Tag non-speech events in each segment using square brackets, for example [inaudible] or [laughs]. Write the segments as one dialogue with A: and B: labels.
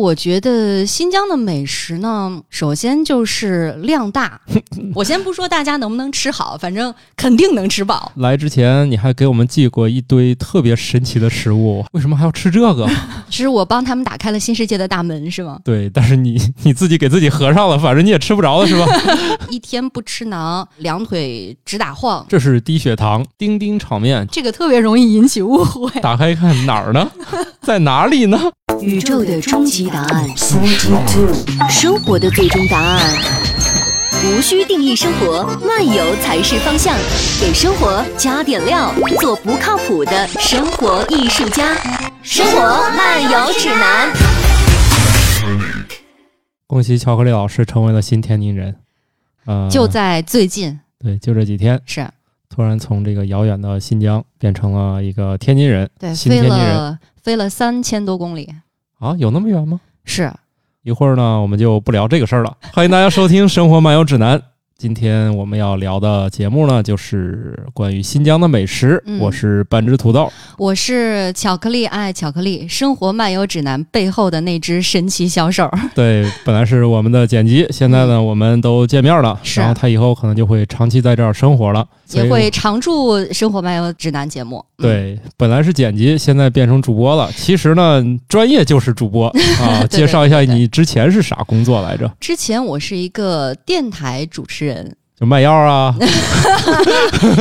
A: 我觉得新疆的美食呢，首先就是量
B: [laughs]
A: 大。我先不说大家能不能吃好，反正肯定能吃饱。
B: 来之前你还给我们寄过一堆特别神奇的食物， [laughs] 为什么还要吃这个？ [laughs]
A: 是我帮他们打开了新世界的大门，是吗？
B: 对，但是你 [laughs] 你自己给自己合上了，反正你也吃不着了，是吧？ [laughs]
A: 一天不吃馕，两腿直打晃，
B: 这是低血糖丁丁炒面，
A: 这个特别容易引起误会。
B: 打开看哪儿呢？ [laughs] 在哪里呢？
C: 宇宙的终极答案，生活的最终答案。无需定义生活，漫游才是方向。给生活加点料，做不靠谱的生活艺术家。生活漫游指南。
B: 恭喜巧克力老师成为了新天津人。呃，
A: 就在最近，
B: 对，就这几天，
A: 是
B: 突然从这个遥远的新疆变成了一个天津人，
A: 对，
B: 新
A: 飞
B: 天津人
A: 了飞了三千多公里，
B: 啊，有那么远吗？
A: 是
B: 一会儿呢，我们就不聊这个事儿了。欢迎大家收听《生活漫游指南》。今天我们要聊的节目呢，就是关于新疆的美食。
A: 嗯
B: 我是半只土豆，
A: 我是巧克力爱巧克力生活漫游指南背后的那只神奇小手，
B: 对，本来是我们的剪辑，现在呢，我们都见面了，
A: 嗯是
B: 然后他以后可能就会长期在这儿生活了，所
A: 也
B: 以
A: 会常驻生活漫游指南节目。嗯，
B: 对，本来是剪辑，现在变成主播了。其实呢，专业就是主
A: [laughs]
B: 播啊。
A: 对
B: 介绍一下
A: 对对
B: 你之前是啥工作来着？
A: 之前我是一个电台主持人， [laughs]
B: 就卖药啊，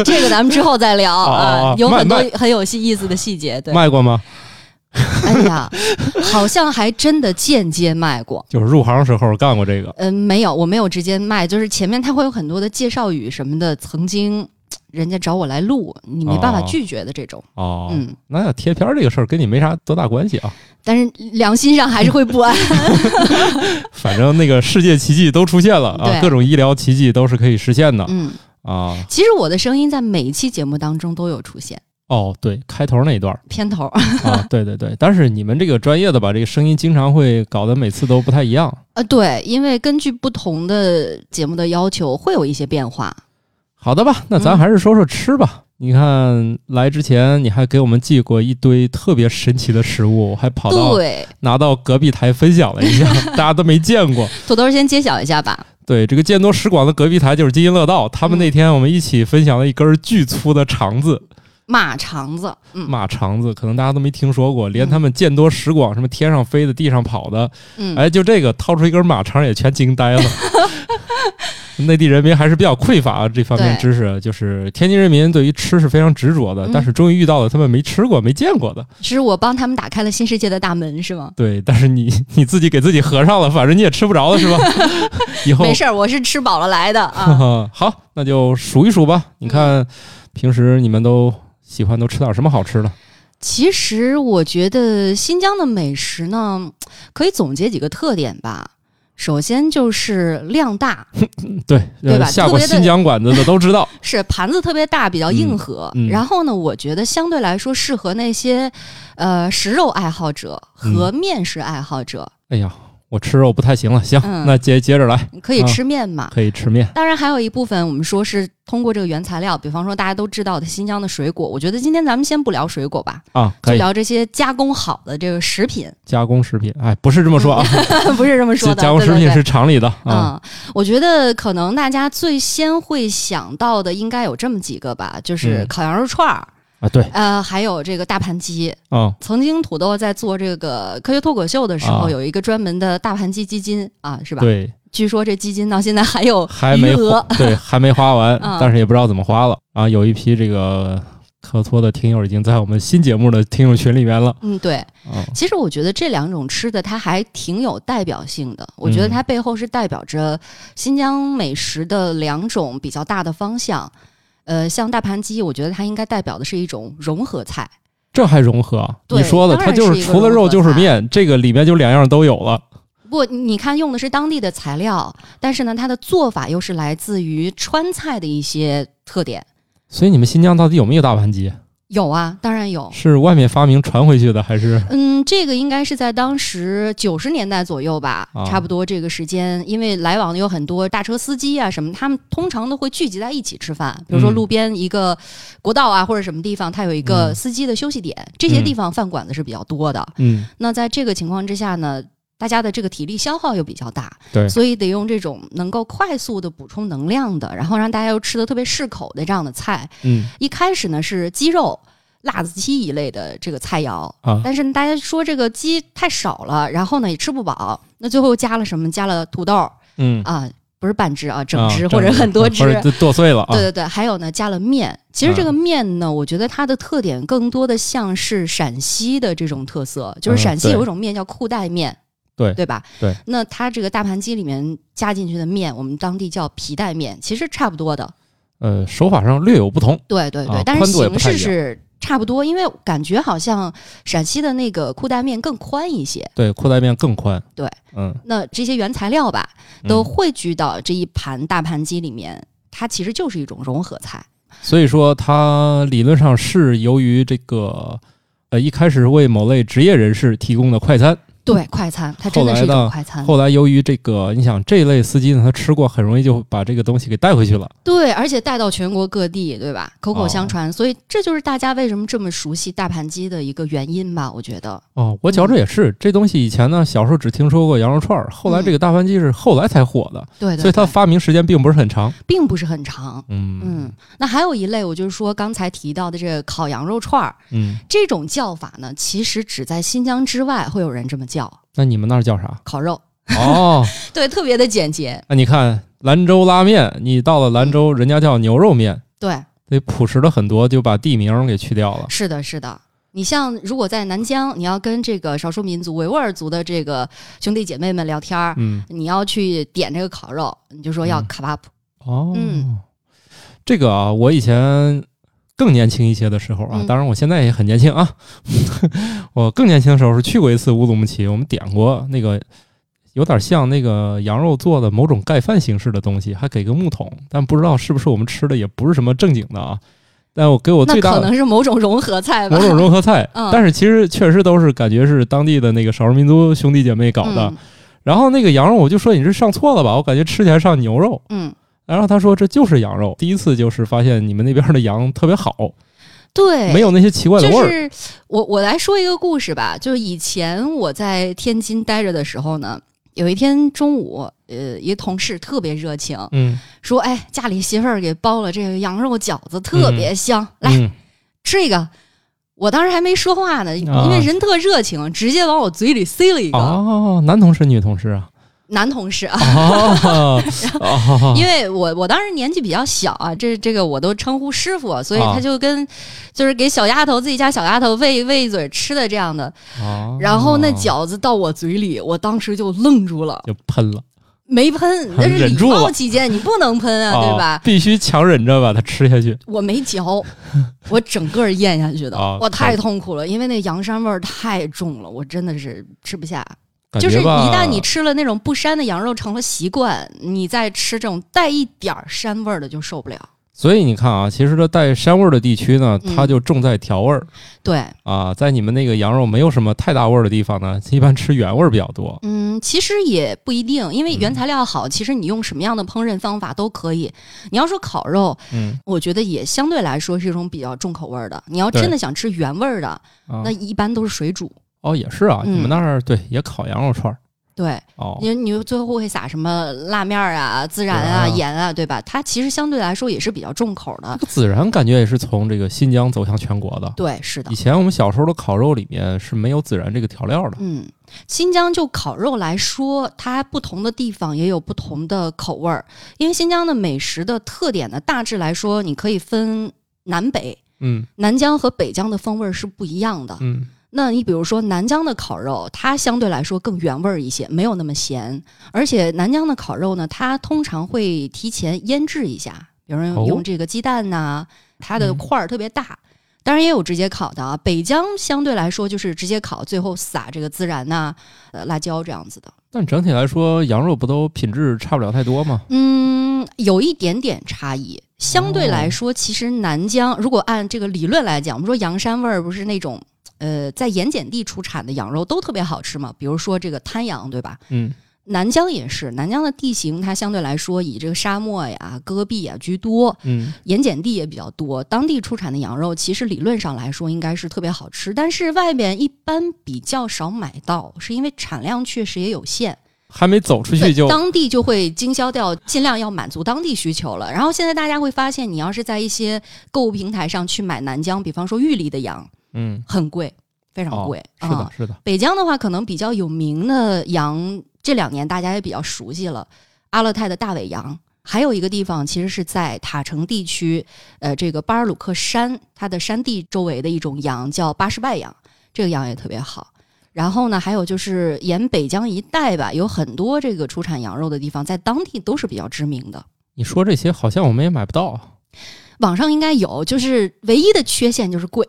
A: 这个咱们之后再聊
B: 哦哦
A: 啊
B: 哦，
A: 有很多
B: 卖
A: 很有意思的细节。对，
B: 卖过吗？
A: 哎呀，好像还真的间接卖过。
B: 就是入行时候干过这个。
A: 嗯，没有，我没有直接卖，就是前面他会有很多的介绍语什么的，曾经人家找我来录，你没办法
B: 哦
A: 拒绝的这种，
B: 哦，
A: 嗯，
B: 那贴片儿这个事儿跟你没啥多大关系啊。 [laughs]
A: 但是良心上还是会不安。
B: 反正那个世界奇迹都出现了啊，
A: 对
B: 各种医疗奇迹都是可以实现的
A: 嗯，
B: 啊。
A: 其实我的声音在每一期节目当中都有出现，
B: 哦，对，开头那一段儿
A: 片头，
B: 啊，对对对。但是你们这个专业的吧，这个声音经常会搞得每次都不太一样。
A: [laughs] 呃，对，因为根据不同的节目的要求会有一些变化。
B: 好的吧，那咱
A: 嗯
B: 还是说说吃吧。你看来之前，你还给我们寄过一堆特别神奇的食物，还跑到
A: 对，
B: 拿到隔壁台分享了一
A: [laughs]
B: 下，大家都没见过。
A: 土豆先揭晓一下吧。
B: 对，这个见多识广的隔壁台就是津津乐道，他们那天我们一起分享了一根巨粗的肠子，
A: 马肠子，嗯
B: 马肠子，可能大家都没听说过，连
A: 嗯
B: 他们见多识广，什么天上飞的、地上跑的，
A: 嗯，
B: 哎，就这个掏出一根马肠也全惊
A: [laughs]
B: 呆了。内地人民还是比较匮乏这方面
A: 对
B: 知识，就是天津人民对于吃是非常执着的，
A: 嗯
B: 但是终于遇到了他们没吃过、没见过的。
A: 是我帮他们打开了新世界的大门，是吗？
B: 对，但是你 [laughs] 你自己给自己合上了，反正你也吃不着了，是
A: [laughs]
B: 吧？以后
A: 没
B: [laughs]
A: 事儿，我是吃饱了来的啊。嗯
B: 好，那就数一数吧。你看，平时你们都喜欢都吃点什么好吃的？
A: 其实我觉得新疆的美食呢，可以总结几个特点吧。首先就是量大，
B: 对，
A: 对吧
B: 呃下过
A: 特别的
B: 新疆馆子的都知道。
A: 是盘子特别大，比较硬核。
B: 嗯嗯
A: 然后呢，我觉得相对来说适合那些，呃，食肉爱好者
B: 嗯
A: 和面食爱好者，
B: 哎呀，我吃肉不太行了，行，
A: 嗯
B: 那接接着来，
A: 你可以吃面嘛。
B: 啊可以吃面。
A: 当然，还有一部分我们说是通过这个原材料，比方说大家都知道的新疆的水果。我觉得今天咱们先不聊水果吧，
B: 啊，
A: 就
B: 可以
A: 聊这些加工好的这个食品， [laughs]
B: 加工食品，哎，不是这么说啊，
A: 嗯不是这么说
B: 加
A: 的。
B: 加工食
A: 对对
B: 品
A: 对
B: [laughs] 是厂里的啊，
A: 嗯，我觉得可能大家最先会想到的应该有这么几个吧，就是
B: 嗯
A: 烤羊肉串儿，
B: 啊，对，
A: 呃，还有这个大盘鸡。
B: 啊，
A: 曾经土豆在做这个科学脱口秀的时候，
B: 啊
A: 有一个专门的大盘鸡基金啊，是吧？
B: 对，
A: 据说这基金到现在还有
B: 还
A: 余
B: 没花
A: 额。，
B: 对，还没花完，
A: 嗯
B: [laughs] 但是也不知道怎么花了啊。有一批这个科托的听友已经在我们新节目的听友群里面了
A: 嗯，对，
B: 啊，
A: 其实我觉得这两种吃的它还挺有代表性的，我觉得它背后是代表着新疆美食的两种比较大的方向。呃，像大盘鸡，我觉得它应该代表的是一种融合菜，
B: 这还融合？啊
A: 对
B: 你说的，
A: 当
B: 它
A: 然
B: 就是
A: 是一个
B: 除了
A: 融
B: 肉
A: 合
B: 就是
A: 菜
B: 面，这个里面就两样都有了。
A: 不，你看用的是当地的材料，但是呢，它的做法又是来自于川菜的一些特点。
B: 所以你们新疆到底有没有大盘鸡？
A: 有啊，当然有。
B: 是外面发明传回去的，还是
A: 嗯，这个应该是在当时九十年代左右吧，
B: 啊
A: 差不多这个时间，因为来往的有很多大车司机啊什么，他们通常都会聚集在一起吃饭。比如说
B: 嗯
A: 路边一个国道啊，或者什么地方，它有一个
B: 嗯
A: 司机的休息点，这些
B: 嗯
A: 地方饭馆子是比较多的。
B: 嗯
A: 那在这个情况之下呢，大家的这个体力消耗又比较大，
B: 对
A: 所以得用这种能够快速的补充能量的，然后让大家又吃的特别适口的这样的菜。
B: 嗯
A: 一开始呢是鸡肉、辣子鸡一类的这个菜肴，
B: 啊
A: 但是呢大家说这个鸡太少了，然后呢也吃不饱，那最后加了什么？加了土豆
B: 嗯，
A: 啊，不是半只啊，整
B: 啊
A: 只或者很多只，
B: 或者剁碎了啊啊
A: 对，对对，还有呢，加了面。其实这个面呢，我觉得它的特点更多的像是陕西的这种特色，就是
B: 嗯
A: 陕西
B: 对
A: 有一种面叫裤带面，
B: 对
A: 对吧？
B: 对。
A: 那它这个大盘鸡里面加进去的面，我们当地叫皮带面，其实差不多的。
B: 呃，手法上略有不同，
A: 对对对，
B: 啊
A: 但是
B: 宽度也不
A: 形
B: 太一
A: 式
B: 样
A: 是差不多，因为感觉好像陕西的那个裤带面更宽一些。
B: 对，裤带面更宽，
A: 对，
B: 嗯，
A: 那这些原材料吧，都
B: 嗯
A: 汇聚到这一盘大盘鸡里面，它其实就是一种融合菜。
B: 所以说，它理论上是由于这个，呃，一开始是为某类职业人士提供的快餐，
A: 对，快餐，它真的是一
B: 后来呢
A: 种快餐。
B: 后来由于这个，你想这类司机呢，他吃过，很容易就把这个东西给带回去了。
A: 对，而且带到全国各地，对吧？口口相
B: 哦
A: 传，所以这就是大家为什么这么熟悉大盘鸡的一个原因吧？我觉得，
B: 哦，我
A: 嗯
B: 觉着也是，这东西以前呢，小时候只听说过羊肉串儿，后来这个大盘鸡是后来才火的，
A: 嗯对对
B: 所以它
A: 对，
B: 发明时间并不是很长。
A: 并不是很长。
B: 嗯
A: 嗯，那还有一类，我就是说刚才提到的这个烤羊肉串儿，
B: 嗯，
A: 这种叫法呢，其实只在新疆之外会有人这么叫
B: 那你们那儿
A: [laughs]
B: 叫啥？
A: 烤肉，
B: 哦，
A: 对，特别的简洁，
B: 那你看兰州拉面，你到了兰州，人家叫牛肉面，
A: 对，
B: 得朴实了很多，就把地名儿给去掉了。
A: 是的，是的。你像如果在南疆，你要跟这个少数民族维吾尔族的这个兄弟姐妹们聊天儿，
B: 嗯，
A: 你要去点这个烤肉，你就说要
B: 嗯
A: 卡巴普，
B: 哦，
A: 嗯
B: 这个啊，我以前更年轻一些的时候啊，
A: 嗯
B: 当然我现在也很年轻啊。 [laughs] 我更年轻的时候是去过一次乌鲁木齐，我们点过那个有点像那个羊肉做的某种盖饭形式的东西，还给个木桶，但不知道是不是我们吃的也不是什么正经的啊。但我给我
A: 那
B: 最大
A: 可
B: 的
A: 能是某种融合菜吧，
B: 某种融合菜，
A: 嗯
B: 但是其实确实都是感觉是当地的那个少数民族兄弟姐妹
A: 嗯
B: 搞的。然后那个羊肉，我就说你是上错了吧，我感觉吃起来像牛肉。
A: 嗯。嗯，
B: 然后他说这就是羊肉，第一次就是发现你们那边的羊特别好，
A: 对，
B: 没有那些奇怪的味
A: 就
B: 儿。
A: 是我我来说一个故事吧，就是以前我在天津待着的时候呢，有一天中午，呃，一同事特别热情，
B: 嗯，
A: 说：“哎，家里媳妇儿给包了这个羊肉饺子，特别香，来、
B: 嗯
A: 吃一个。”我当时还没说话呢，
B: 啊
A: 因为人特热情，直接往我嘴里塞了一个。
B: 哦，男同事、女同事
A: [laughs]
B: 啊？
A: 男同事啊， [laughs]
B: 哦，哦
A: 因为我我当时年纪比较小啊，这这个我都称呼师傅，所以
B: 啊
A: 他就跟、就是给小丫头自己家小丫头喂喂一嘴吃的这样的。
B: 哦
A: 然后那饺子到我嘴里，我当时就愣住了，
B: 就喷了，
A: 没喷，但是
B: 忍
A: 礼
B: 住了
A: 貌起见，你不能喷啊，对
B: 哦
A: 吧？
B: 必须强忍着把它吃下去。
A: 我没
B: [laughs]
A: 嚼，我整个儿咽下去的
B: 啊，
A: 我太痛苦了，因为那羊膻味儿太重了，我真的是吃不下。
B: 感
A: 就是
B: 觉
A: 一
B: 吧
A: 旦你吃了那种不膻的羊肉成了习惯，你再吃这种带一点儿膻味儿的就受不了。
B: 所以你看啊，其实这带膻味儿的地区呢，
A: 嗯
B: 它就重在调味儿、
A: 对，
B: 啊。在你们那个羊肉没有什么太大味儿的地方呢，一般吃原味儿比较多。
A: 嗯，其实也不一定，因为原材料
B: 嗯
A: 好，其实你用什么样的烹饪方法都可以。你要说烤肉，
B: 嗯，
A: 我觉得也相对来说是一种比较重口味儿的。你要
B: 对
A: 真的想吃原味儿的，
B: 啊
A: 那一般都是水煮。
B: 哦也是啊，
A: 嗯
B: 你们那儿对也烤羊肉串儿
A: 对，
B: 哦。
A: 你你最后会撒什么辣面儿啊、孜然啊、
B: 对啊嗯
A: 盐啊，对吧？它其实相对来说也是比较重口的
B: 这。个孜然感觉也是从这个新疆走向全国的。
A: 对，是的
B: 以。前我们小时候的烤肉里面是没有孜然这个调料的。
A: 嗯，新疆就烤肉来说，它不同的地方也有不同的口味儿。因为新疆的美食的特点呢，大致来说你可以分南北，
B: 嗯
A: 南疆和北疆的风味儿是不一样的。
B: 嗯，
A: 那你比如说南疆的烤肉，它相对来说更原味儿一些，没有那么咸。而且南疆的烤肉呢，它通常会提前腌制一下，比如
B: 哦
A: 说用这个鸡蛋呐、它的
B: 嗯
A: 块儿特别大。当然也有直接烤的啊，北疆相对来说就是直接烤，最后撒这个孜然呐、呃辣椒这样子的。
B: 但整体来说，羊肉不都品质差不了太多吗？
A: 嗯，有一点点差异。相对来说，其实南疆如果按这个理论来讲，我们说羊膻味儿不是那种呃在盐碱地出产的羊肉都特别好吃嘛，比如说这个滩羊，对吧？
B: 嗯，
A: 南疆也是，南疆的地形它相对来说以这个沙漠呀、戈壁呀居多，
B: 嗯
A: 盐碱地也比较多。当地出产的羊肉其实理论上来说应该是特别好吃，但是外面一般比较少买到，是因为产量确实也有限。
B: 还没走出去
A: 对，
B: 就
A: 当地就会经销掉，尽量要满足当地需求了。然后现在大家会发现，你要是在一些购物平台上去买南疆，比方说玉里的羊，
B: 嗯，
A: 很贵，非常
B: 哦
A: 贵。
B: 是
A: 啊。
B: 的，是的，
A: 北疆的话，可能比较有名的羊，这两年大家也比较熟悉了，阿勒泰的大尾羊。还有一个地方其实是在塔城地区，呃，这个巴尔鲁克山，它的山地周围的一种羊叫巴士拜羊，这个羊也特别好。然后呢，还有就是沿北疆一带吧，有很多这个出产羊肉的地方，在当地都是比较知名的。
B: 你说这些好像我们也买不到啊
A: 网上应该有，就是唯一的缺陷就是贵。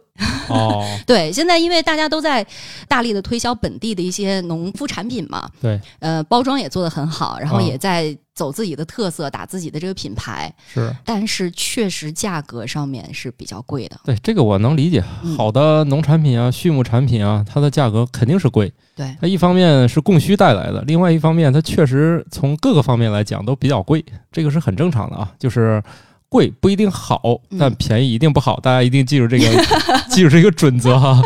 B: 哦，
A: 对，现在因为大家都在大力的推销本地的一些农副产品嘛，
B: [laughs] 对，
A: 呃，包装也做得很好，然后
B: 嗯
A: 也在走自己的特色，打自己的这个品牌，
B: 是
A: 但是确实价格上面是比较贵的。
B: 对这个我能理解。
A: 嗯
B: 好的农产品啊，畜牧产品啊，它的价格肯定是贵。
A: 对
B: 它一方面是供需带来的，另外一方面它确实从各个方面来讲都比较贵，这个是很正常的啊，就是。贵不一定好，
A: 嗯
B: 但便宜一定不好。大家一定记住这个，
A: [laughs]
B: 记住这个准则哈、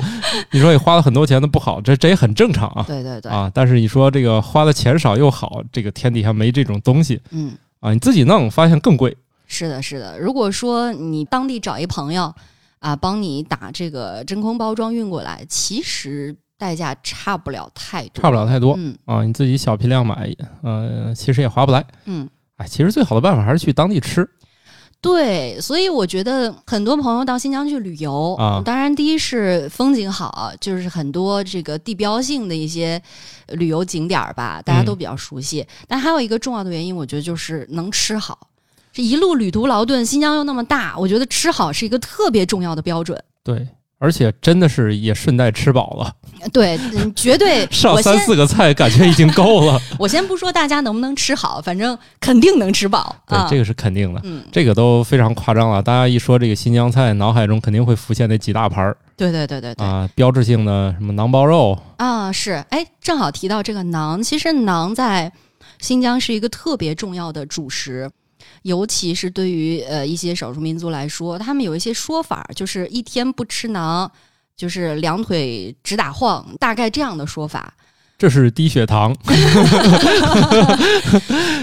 B: 你说你花了很多钱的不好，这这也很正常啊
A: 对对对，
B: 啊！但是你说这个花的钱少又好，这个天底下没这种东西
A: 嗯，
B: 啊！你自己弄发现更贵，
A: 是的，是的。如果说你当地找一朋友啊，帮你打这个真空包装运过来，其实代价差不了太多，
B: 差不了太多
A: 嗯
B: 啊！你自己小批量买，呃，其实也划不来。
A: 嗯，
B: 哎，其实最好的办法还是去当地吃。
A: 对，所以我觉得很多朋友到新疆去旅游，
B: 啊
A: 当然第一是风景好，就是很多这个地标性的一些旅游景点儿吧，大家都
B: 嗯
A: 比较熟悉。但还有一个重要的原因，我觉得就是能吃好。这一路旅途劳顿，新疆又那么大，我觉得吃好是一个特别重要的标准。
B: 对，而且真的是也顺带吃饱
A: [laughs]
B: 了，。
A: 对，嗯绝对
B: [laughs] 上
A: 我
B: 三
A: 先
B: 四个菜感觉已经够
A: [laughs]
B: 了。
A: 我先不说大家能不能吃好，反正肯定能吃饱
B: 对
A: 啊。，
B: 这个是肯定的，
A: 嗯，
B: 这个都非常夸张了。大家一说这个新疆菜，脑海中肯定会浮现那几大盘儿
A: 对对对对对。
B: 啊，标志性的什么馕包肉，
A: 啊，是，哎，正好提到这个馕，其实馕在新疆是一个特别重要的主食，尤其是对于呃一些少数民族来说，他们有一些说法，就是一天不吃馕，就是两腿直打晃，大概这样的说法。
B: 这是低血糖。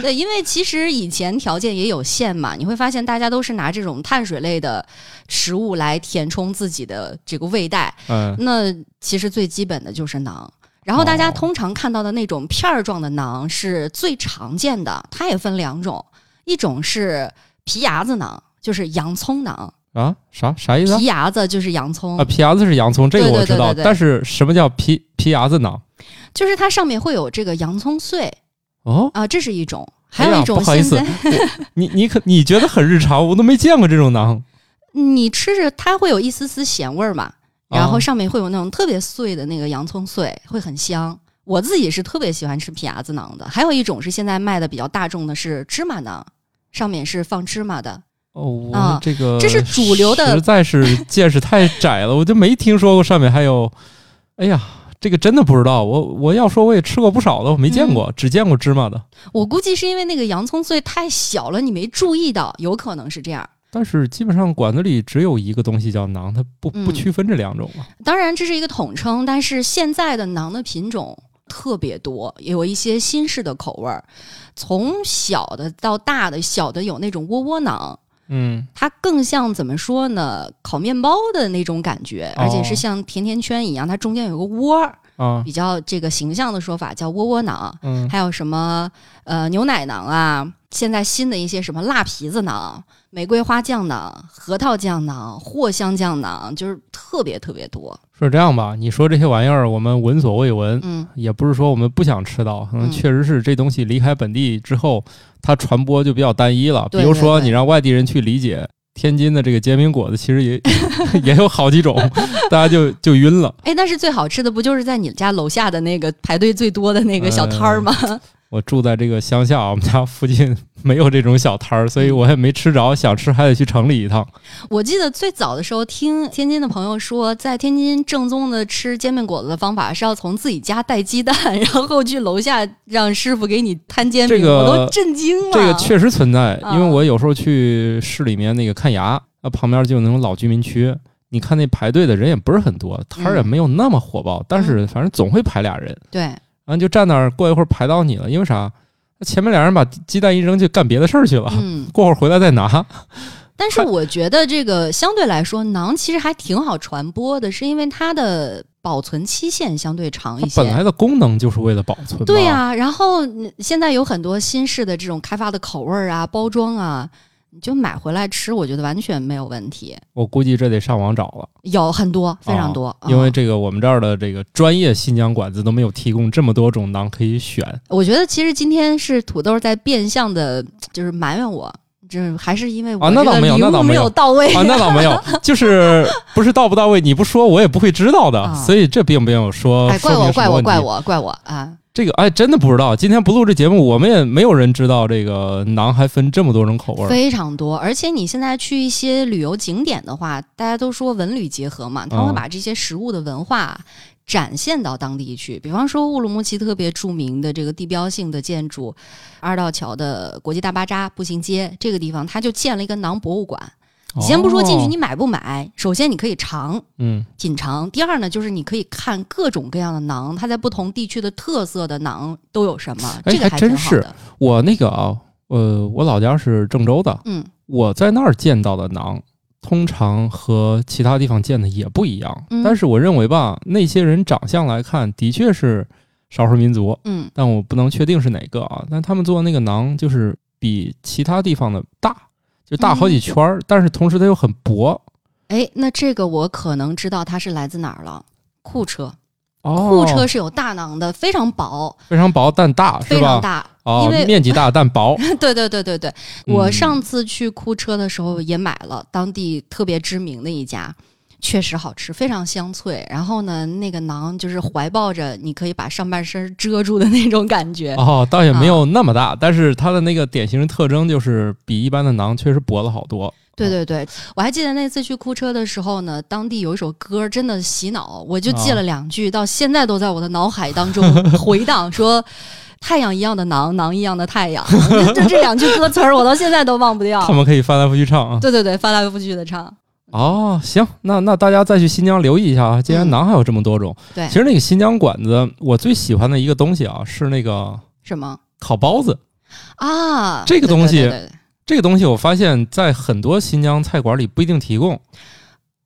A: 对，因为其实以前条件也有限嘛，你会发现大家都是拿这种碳水类的食物来填充自己的这个胃袋，
B: [laughs] 嗯，
A: 那其实最基本的就是馕。然后大
B: 哦
A: 家通常看到的那种片儿状的馕是最常见的，它也分两种，一种是皮牙子馕，就是洋葱馕，
B: 啊，啥啥意思啊
A: 皮？牙子就是洋葱，
B: 啊，皮牙子是洋葱，这个
A: 对
B: 我
A: 对
B: 知
A: 对
B: 道。
A: 对对
B: 但是什么叫皮皮牙子馕？
A: 就是它上面会有这个洋葱碎
B: 哦，
A: 啊、这是一种。
B: 哎
A: 还
B: 呀
A: 有一种
B: 不好意
A: 现
B: 思
A: 在、
B: 你你可你觉得很日常，我都没见过这种馕。
A: 你吃着它会有一丝丝咸味儿嘛，然后
B: 啊
A: 上面会有那种特别碎的那个洋葱碎，会很香。我自己是特别喜欢吃皮牙子馕的，还有一种是现在卖的比较大众的是芝麻馕，上面是放芝麻的。
B: 哦，我
A: 啊
B: 这个
A: 这是主流的
B: 实在是见识太窄了，我就没听说过上面还有。哎呀，这个真的不知道。我我要说我也吃过不少的，我没
A: 嗯
B: 见过，只见过芝麻的。
A: 我估计是因为那个洋葱碎太小了，你没注意到，有可能是这样。
B: 但是基本上馆子里只有一个东西叫馕，它不不
A: 嗯
B: 区分这两种啊。
A: 当然这是一个统称，但是现在的馕的品种特别多，有一些新式的口味儿，从小的到大的，小的有那种窝窝馕，
B: 嗯，
A: 它更像怎么说呢？烤面包的那种感觉，而且
B: 哦
A: 是像甜甜圈一样，它中间有个窝儿，
B: 啊，
A: 比较这个形象的说法叫窝窝馕。
B: 嗯，
A: 还有什么呃牛奶馕啊，现在新的一些什么辣皮子馕、玫瑰花酱馕、核桃酱馕、藿香酱馕，就是特别特别多。
B: 是这样吧？你说这些玩意儿，我们闻所未闻，
A: 嗯，
B: 也不是说我们不想吃到，可能
A: 嗯
B: 确实是这东西离开本地之后，它传播就比较单一了。
A: 对
B: 比如说，
A: 对对
B: 你让外地人去理解天津的这个煎饼果子，其实
A: [laughs]
B: 也也有好几种，大家就就晕了。
A: 哎，但是最好吃的不就是在你家楼下的那个排队最多的那个小摊儿吗？
B: 我住在这个乡下，我们家附近没有这种小
A: 嗯
B: 摊儿，所以我也没吃着，想吃还得去城里一趟。
A: 我记得最早的时候，听天津的朋友说，在天津正宗的吃煎饼果子的方法是要从自己家带鸡蛋，然后去楼下让师傅给你摊煎饼，
B: 这个
A: 我都震惊了。
B: 这个确实存在，
A: 啊
B: 因为我有时候去市里面那个看牙，那旁边就有那种老居民区，你看那排队的人也不是很多，摊儿也
A: 嗯
B: 没有那么火爆，但是反正总会排俩人，
A: 对，
B: 然后就站那儿，过一会儿排到你了，因为啥？前面俩人把鸡蛋一扔去干别的事儿去了，
A: 嗯。
B: [laughs] 过会儿回来再拿。
A: 但是我觉得这个相对来说，馕其实还挺好传播的，是因为它的保存期限相对长一些。
B: 本来的功能就是为了保存嘛。
A: 对呀、然后你现在有很多新式的这种开发的口味儿啊、包装啊，你就买回来吃，我觉得完全没有问题。
B: 我估计这得上网找了，
A: 有很多，非常多。
B: 哦因为
A: 嗯
B: 这个我们这儿的这个专业新疆馆子都没有提供这么多种馕可以选。
A: 我觉得其实今天是土豆在变相的，就是埋怨我，就是还是因为我
B: 啊那
A: 这
B: 倒
A: 个
B: 没有
A: 礼
B: 那
A: 物
B: 倒没
A: 没
B: 有
A: 到位。
B: 啊，那
A: [laughs]
B: 倒没有，就是不是到不到位，你不说我也不会知道的，
A: 啊
B: 所以这并没有说
A: 哎，怪
B: 说
A: 我，
B: 明什
A: 怪
B: 么
A: 我，
B: 问题
A: 怪我，怪我啊！
B: 这个哎，真的不知道。今天不录这节目，我们也没有人知道这个馕还分这么多种口味儿。
A: 非常多，而且你现在去一些旅游景点的话，大家都说文旅结合嘛，他会
B: 嗯
A: 把这些食物的文化展现到当地去。比方说乌鲁木齐特别著名的这个地标性的建筑二道桥的国际大巴扎步行街这个地方，它就建了一个馕博物馆。你先不说进去
B: 哦
A: 你买不买，首先你可以尝。
B: 嗯
A: 品尝。第二呢，就是你可以看各种各样的馕，它在不同地区的特色的馕都有什么，
B: 哎
A: 这个
B: 还
A: 挺
B: 真
A: 好
B: 是
A: 的。
B: 我那个啊，呃，我老家是郑州的，
A: 嗯，
B: 我在那儿见到的馕，通常和其他地方见的也不一样。
A: 嗯
B: 但是我认为吧，那些人长相来看，的确是少数民族，
A: 嗯，
B: 但我不能确定是哪个啊。但他们做的那个馕，就是比其他地方的大，就大好几圈儿，但是同时它又很薄。
A: 哎，那这个我可能知道它是来自哪儿了。库车，
B: 哦，
A: 嗯库车是有大馕的，非常薄，
B: 非常薄但大，是
A: 非常
B: 吧？
A: 大。 [laughs]
B: 哦
A: 因为，
B: 面积大
A: [laughs]
B: 但薄。
A: 对对对对对，我
B: 嗯
A: 上次去库车的时候也买了当地特别知名的一家。确实好吃，非常香脆。然后呢，那个馕就是怀抱着你可以把上半身遮住的那种感觉。
B: 哦，倒也没有那么大，但是它的那个典型特征就是比一般的馕确实薄了好多。
A: 对对对，我还记得那次去库车的时候呢，当地有一首歌真的洗脑，我就
B: 啊
A: 记了两句，到现在都在我的脑海当中
B: [laughs]
A: 回荡，说“太阳一样的馕，馕一样的太阳”， [laughs] 就这两句歌词儿，我到现在都忘不掉
B: 他。们可以翻来覆去唱啊。
A: 啊对对对，翻来覆去的唱，
B: 哦，行，那那大家再去新疆留意一下啊。既然
A: 嗯
B: 馕还有这么多种，
A: 对
B: 其实那个新疆馆子，我最喜欢的一个东西啊，是那个
A: 什么
B: 烤包子。
A: 啊？
B: 这个东西
A: 对对对对对
B: 这个东西我发现，在很多新疆菜馆里不一定提供。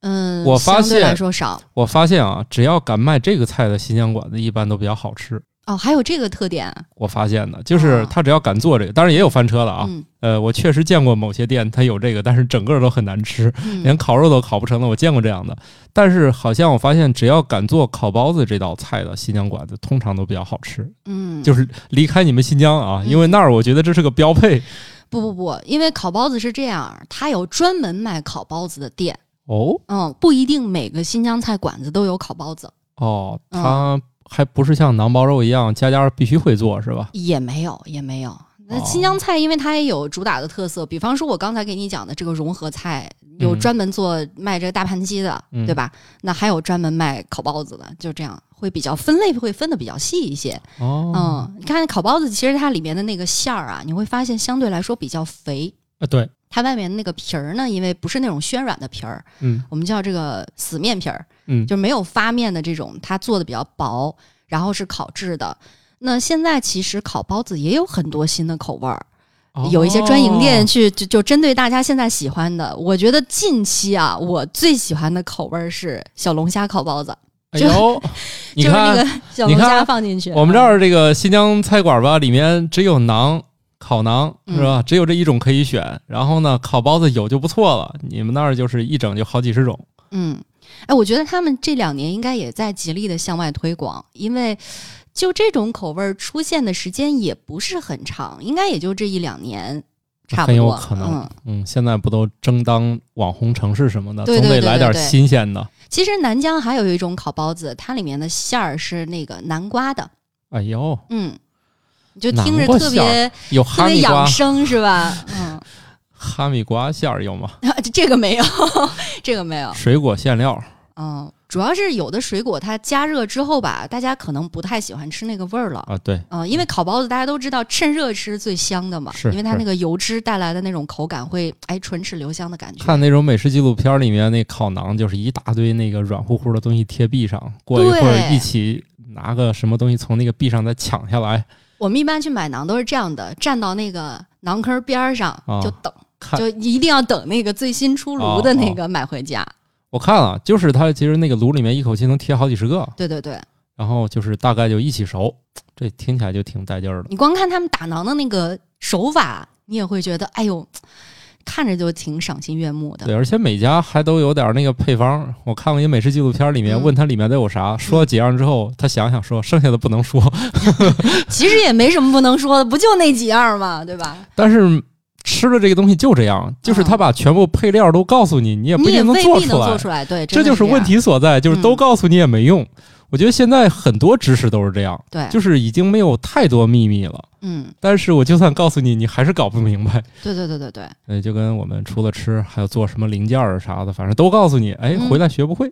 A: 嗯，
B: 我发
A: 相对
B: 现
A: 来说少
B: 我发现啊，只要敢卖这个菜的新疆馆子，一般都比较好吃。
A: 哦，还有这个特点啊
B: 我发现的，就是
A: 哦
B: 他只要敢做这个，当然也有翻车的啊。
A: 嗯
B: 呃，我确实见过某些店它有这个，但是整个都很难吃，连
A: 嗯，
B: 烤肉都烤不成了。我见过这样的，但是好像我发现，只要敢做烤包子这道菜的新疆馆子，通常都比较好吃。
A: 嗯，
B: 就是离开你们新疆啊，
A: 嗯
B: 因为那儿我觉得这是个标配
A: 不不不，因为烤包子是这样，它有专门卖烤包子的店。
B: 哦
A: 嗯，不一定每个新疆菜馆子都有烤包子，
B: 哦，
A: 嗯
B: 它还不是像馕包肉一样，家家必须会做是吧？
A: 也没有，也没有。那
B: 哦
A: 新疆菜，因为它也有主打的特色，比方说我刚才给你讲的这个融合菜，有
B: 嗯
A: 专门做卖这个大盘鸡的，
B: 嗯
A: 对吧？那还有专门卖烤包子的，就这样会比较分类会分的比较细一些。
B: 哦，
A: 嗯，你看烤包子，其实它里面的那个馅儿啊，你会发现相对来说比较肥，
B: 啊对，
A: 它外面那个皮儿呢，因为不是那种暄软的皮儿，
B: 嗯
A: 我们叫这个死面皮儿，
B: 嗯，
A: 就没有发面的这种，它做的比较薄，然后是烤制的。那现在其实烤包子也有很多新的口味儿，
B: 哦
A: 有一些专营店去就就针对大家现在喜欢的。我觉得近期啊，我最喜欢的口味儿是小龙虾烤包子，
B: 哎呦，你
A: 就是那
B: 看
A: 个 [laughs] 小龙
B: 你
A: 虾
B: 看
A: 放进去。
B: 我们这儿这个新疆菜馆吧，里面只有馕。烤馕
A: 嗯
B: 是吧？只有这一种可以选，然后呢，烤包子有就不错了。你们那儿就是一整就好几十种，
A: 嗯，哎，我觉得他们这两年应该也在极力的向外推广，因为就这种口味儿出现的时间也不是很长，应该也就这一两年，差不
B: 很有
A: 多。
B: 可能
A: 嗯，
B: 嗯，现在不都争当网红城市什么的，
A: 对
B: 总
A: 对
B: 得
A: 对
B: 来
A: 对
B: 点
A: 对
B: 新鲜的。
A: 其实南疆还有一种烤包子，它里面的馅儿是那个南瓜的，
B: 哎呦，
A: 嗯，你就听着
B: 南瓜
A: 特
B: 馅
A: 别
B: 儿有
A: 特
B: 哈
A: 别
B: 密瓜
A: 养，生是吧？嗯， [laughs]
B: 哈密瓜馅儿有吗？
A: 这个没有， [laughs] 这个没有。
B: 水果馅料，
A: 嗯，主要是有的水果它加热之后吧，大家可能不太喜欢吃那个味儿了。
B: 啊，对，
A: 嗯，因为烤包子大家都知道，趁热吃最香的嘛，
B: 是
A: 因为它
B: 是
A: 那个油脂带来的那种口感会，哎，唇齿留香的感觉。
B: 看那种美食纪录片儿里面那烤馕，就是一大堆那个软乎乎的东西贴壁上，过一
A: 对
B: 会儿一起拿个什么东西从那个壁上再抢下来，
A: 我们一般去买馕都是这样的，站到那个馕坑边儿上、
B: 啊
A: 就等，
B: 看哦
A: 就一定要等那个最新出炉的那个买回家。
B: 我看了，就是它其实那个炉里面一口气能贴好几十个，
A: 对对对，
B: 然后就是大概就一起熟，这听起来就挺带劲儿的。
A: 你光看他们打馕的那个手法，你也会觉得，哎呦，看着就挺赏心悦目的。
B: 对，而且每家还都有点那个配方。我看过一美食纪录片，里面
A: 嗯
B: 问它里面都有啥，说了几样之后，他想想说剩下的不能说， [laughs]
A: 其实也没什么不能说的，不就那几样嘛，对吧？
B: 但是吃的这个东西就这样，就是他把全部配料都告诉你，你也不
A: 你
B: 一
A: 也
B: 定
A: 未
B: 做
A: 必能
B: 出来
A: 做。出来，对，
B: 这
A: 真的
B: 就是
A: 这样
B: 问。题所在，就是都
A: 嗯
B: 告诉你也没用。我觉得现在很多知识都是这样，
A: 对，
B: 就是已经没有太多秘密了。
A: 嗯，
B: 但是我就算告诉你，你还是搞不明白。
A: 对对对对对，
B: 呃，就跟我们除了吃，还有做什么零件儿啥的，反正都告诉你，哎，
A: 嗯
B: 回来学不会。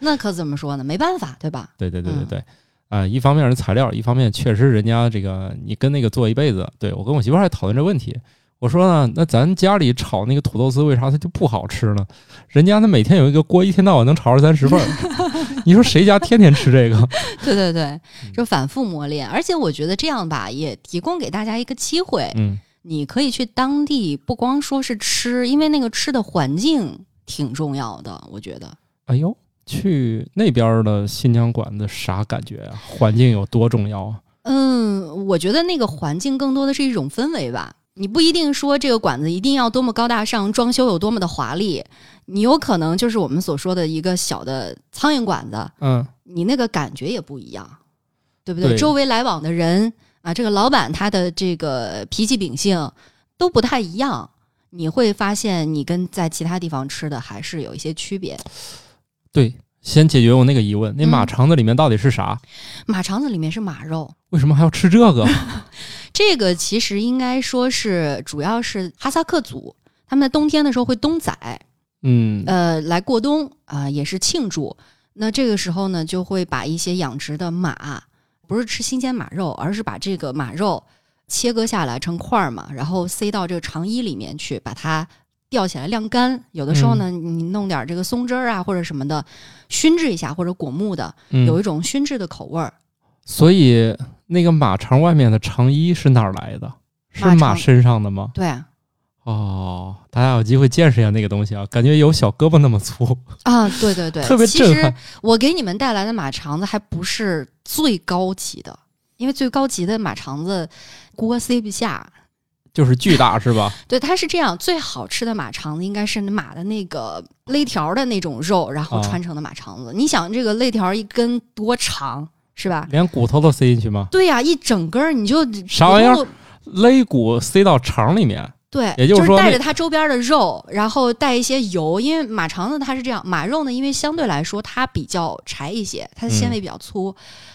A: 那可怎么说呢？没办法，对
B: [laughs]
A: 吧？
B: 对对对对
A: 嗯
B: 对，啊、一方面是材料，一方面确实人家这个你跟那个做一辈子。对我跟我媳妇儿还讨论这问题，我说呢，那咱家里炒那个土豆丝为啥它就不好吃呢？人家那每天有一个锅，一天到晚能炒二三十份儿，
A: [laughs]
B: 你说谁家天天吃这个？
A: 对对对，就反复磨练。而且我觉得这样吧，也提供给大家一个机会，
B: 嗯，
A: 你可以去当地，不光说是吃，因为那个吃的环境挺重要的，我觉得。
B: 哎呦。去那边儿的新疆馆子啥感觉啊？环境有多重要啊？
A: 嗯，我觉得那个环境更多的是一种氛围吧。你不一定说这个馆子一定要多么高大上，装修有多么的华丽，你有可能就是我们所说的一个小的苍蝇馆子，
B: 嗯，
A: 你那个感觉也不一样，对不对？
B: 对
A: 周围来往的人啊，这个老板他的这个脾气秉性都不太一样，你会发现你跟在其他地方吃的还是有一些区别。
B: 对，先解决我那个疑问，那马
A: 嗯
B: 肠子里面到底是啥？
A: 马肠子里面是马肉，
B: 为什么还要吃这
A: [laughs]
B: 个？
A: 这个其实应该说是主要是哈萨克族，他们在冬天的时候会冬宰，
B: 嗯，
A: 呃，来过冬啊、也是庆祝。那这个时候呢，就会把一些养殖的马，不是吃新鲜马肉，而是把这个马肉切割下来成块儿嘛，然后塞到这个肠衣里面去，把它吊起来晾干。有的时候呢，你弄点这个松汁儿啊或者什么的，熏制一下或者果木的，
B: 嗯
A: 有一种熏制的口味儿。
B: 所以那个马肠外面的肠衣是哪儿来的？是
A: 马
B: 马
A: 肠
B: 身上的吗？
A: 对啊，
B: 哦，大家有机会见识一下那个东西啊，感觉有小胳膊那么粗。 [laughs]
A: 啊，对对对，
B: 特别
A: 其
B: 震
A: 实
B: 撼
A: 我给你们带来的马肠子还不是最高级的，因为最高级的马肠子呃锅塞不下。
B: 就是巨大
A: [laughs]
B: 是吧？
A: 对，它是这样，最好吃的马肠子应该是马的那个肋条的那种肉，然后
B: 啊
A: 穿成的马肠子。你想这个肋条一根多长是吧？
B: 连骨头都塞进去吗？
A: 对呀、一整根儿你就
B: 啥玩意儿
A: 骨头
B: 肋骨塞到肠里面，
A: 对，
B: 也就是说
A: 带
B: 那
A: 着它周边的肉，然后带一些油，因为马肠子它是这样，马肉呢，因为相对来说它比较柴一些，它的
B: 嗯
A: 纤维比较粗，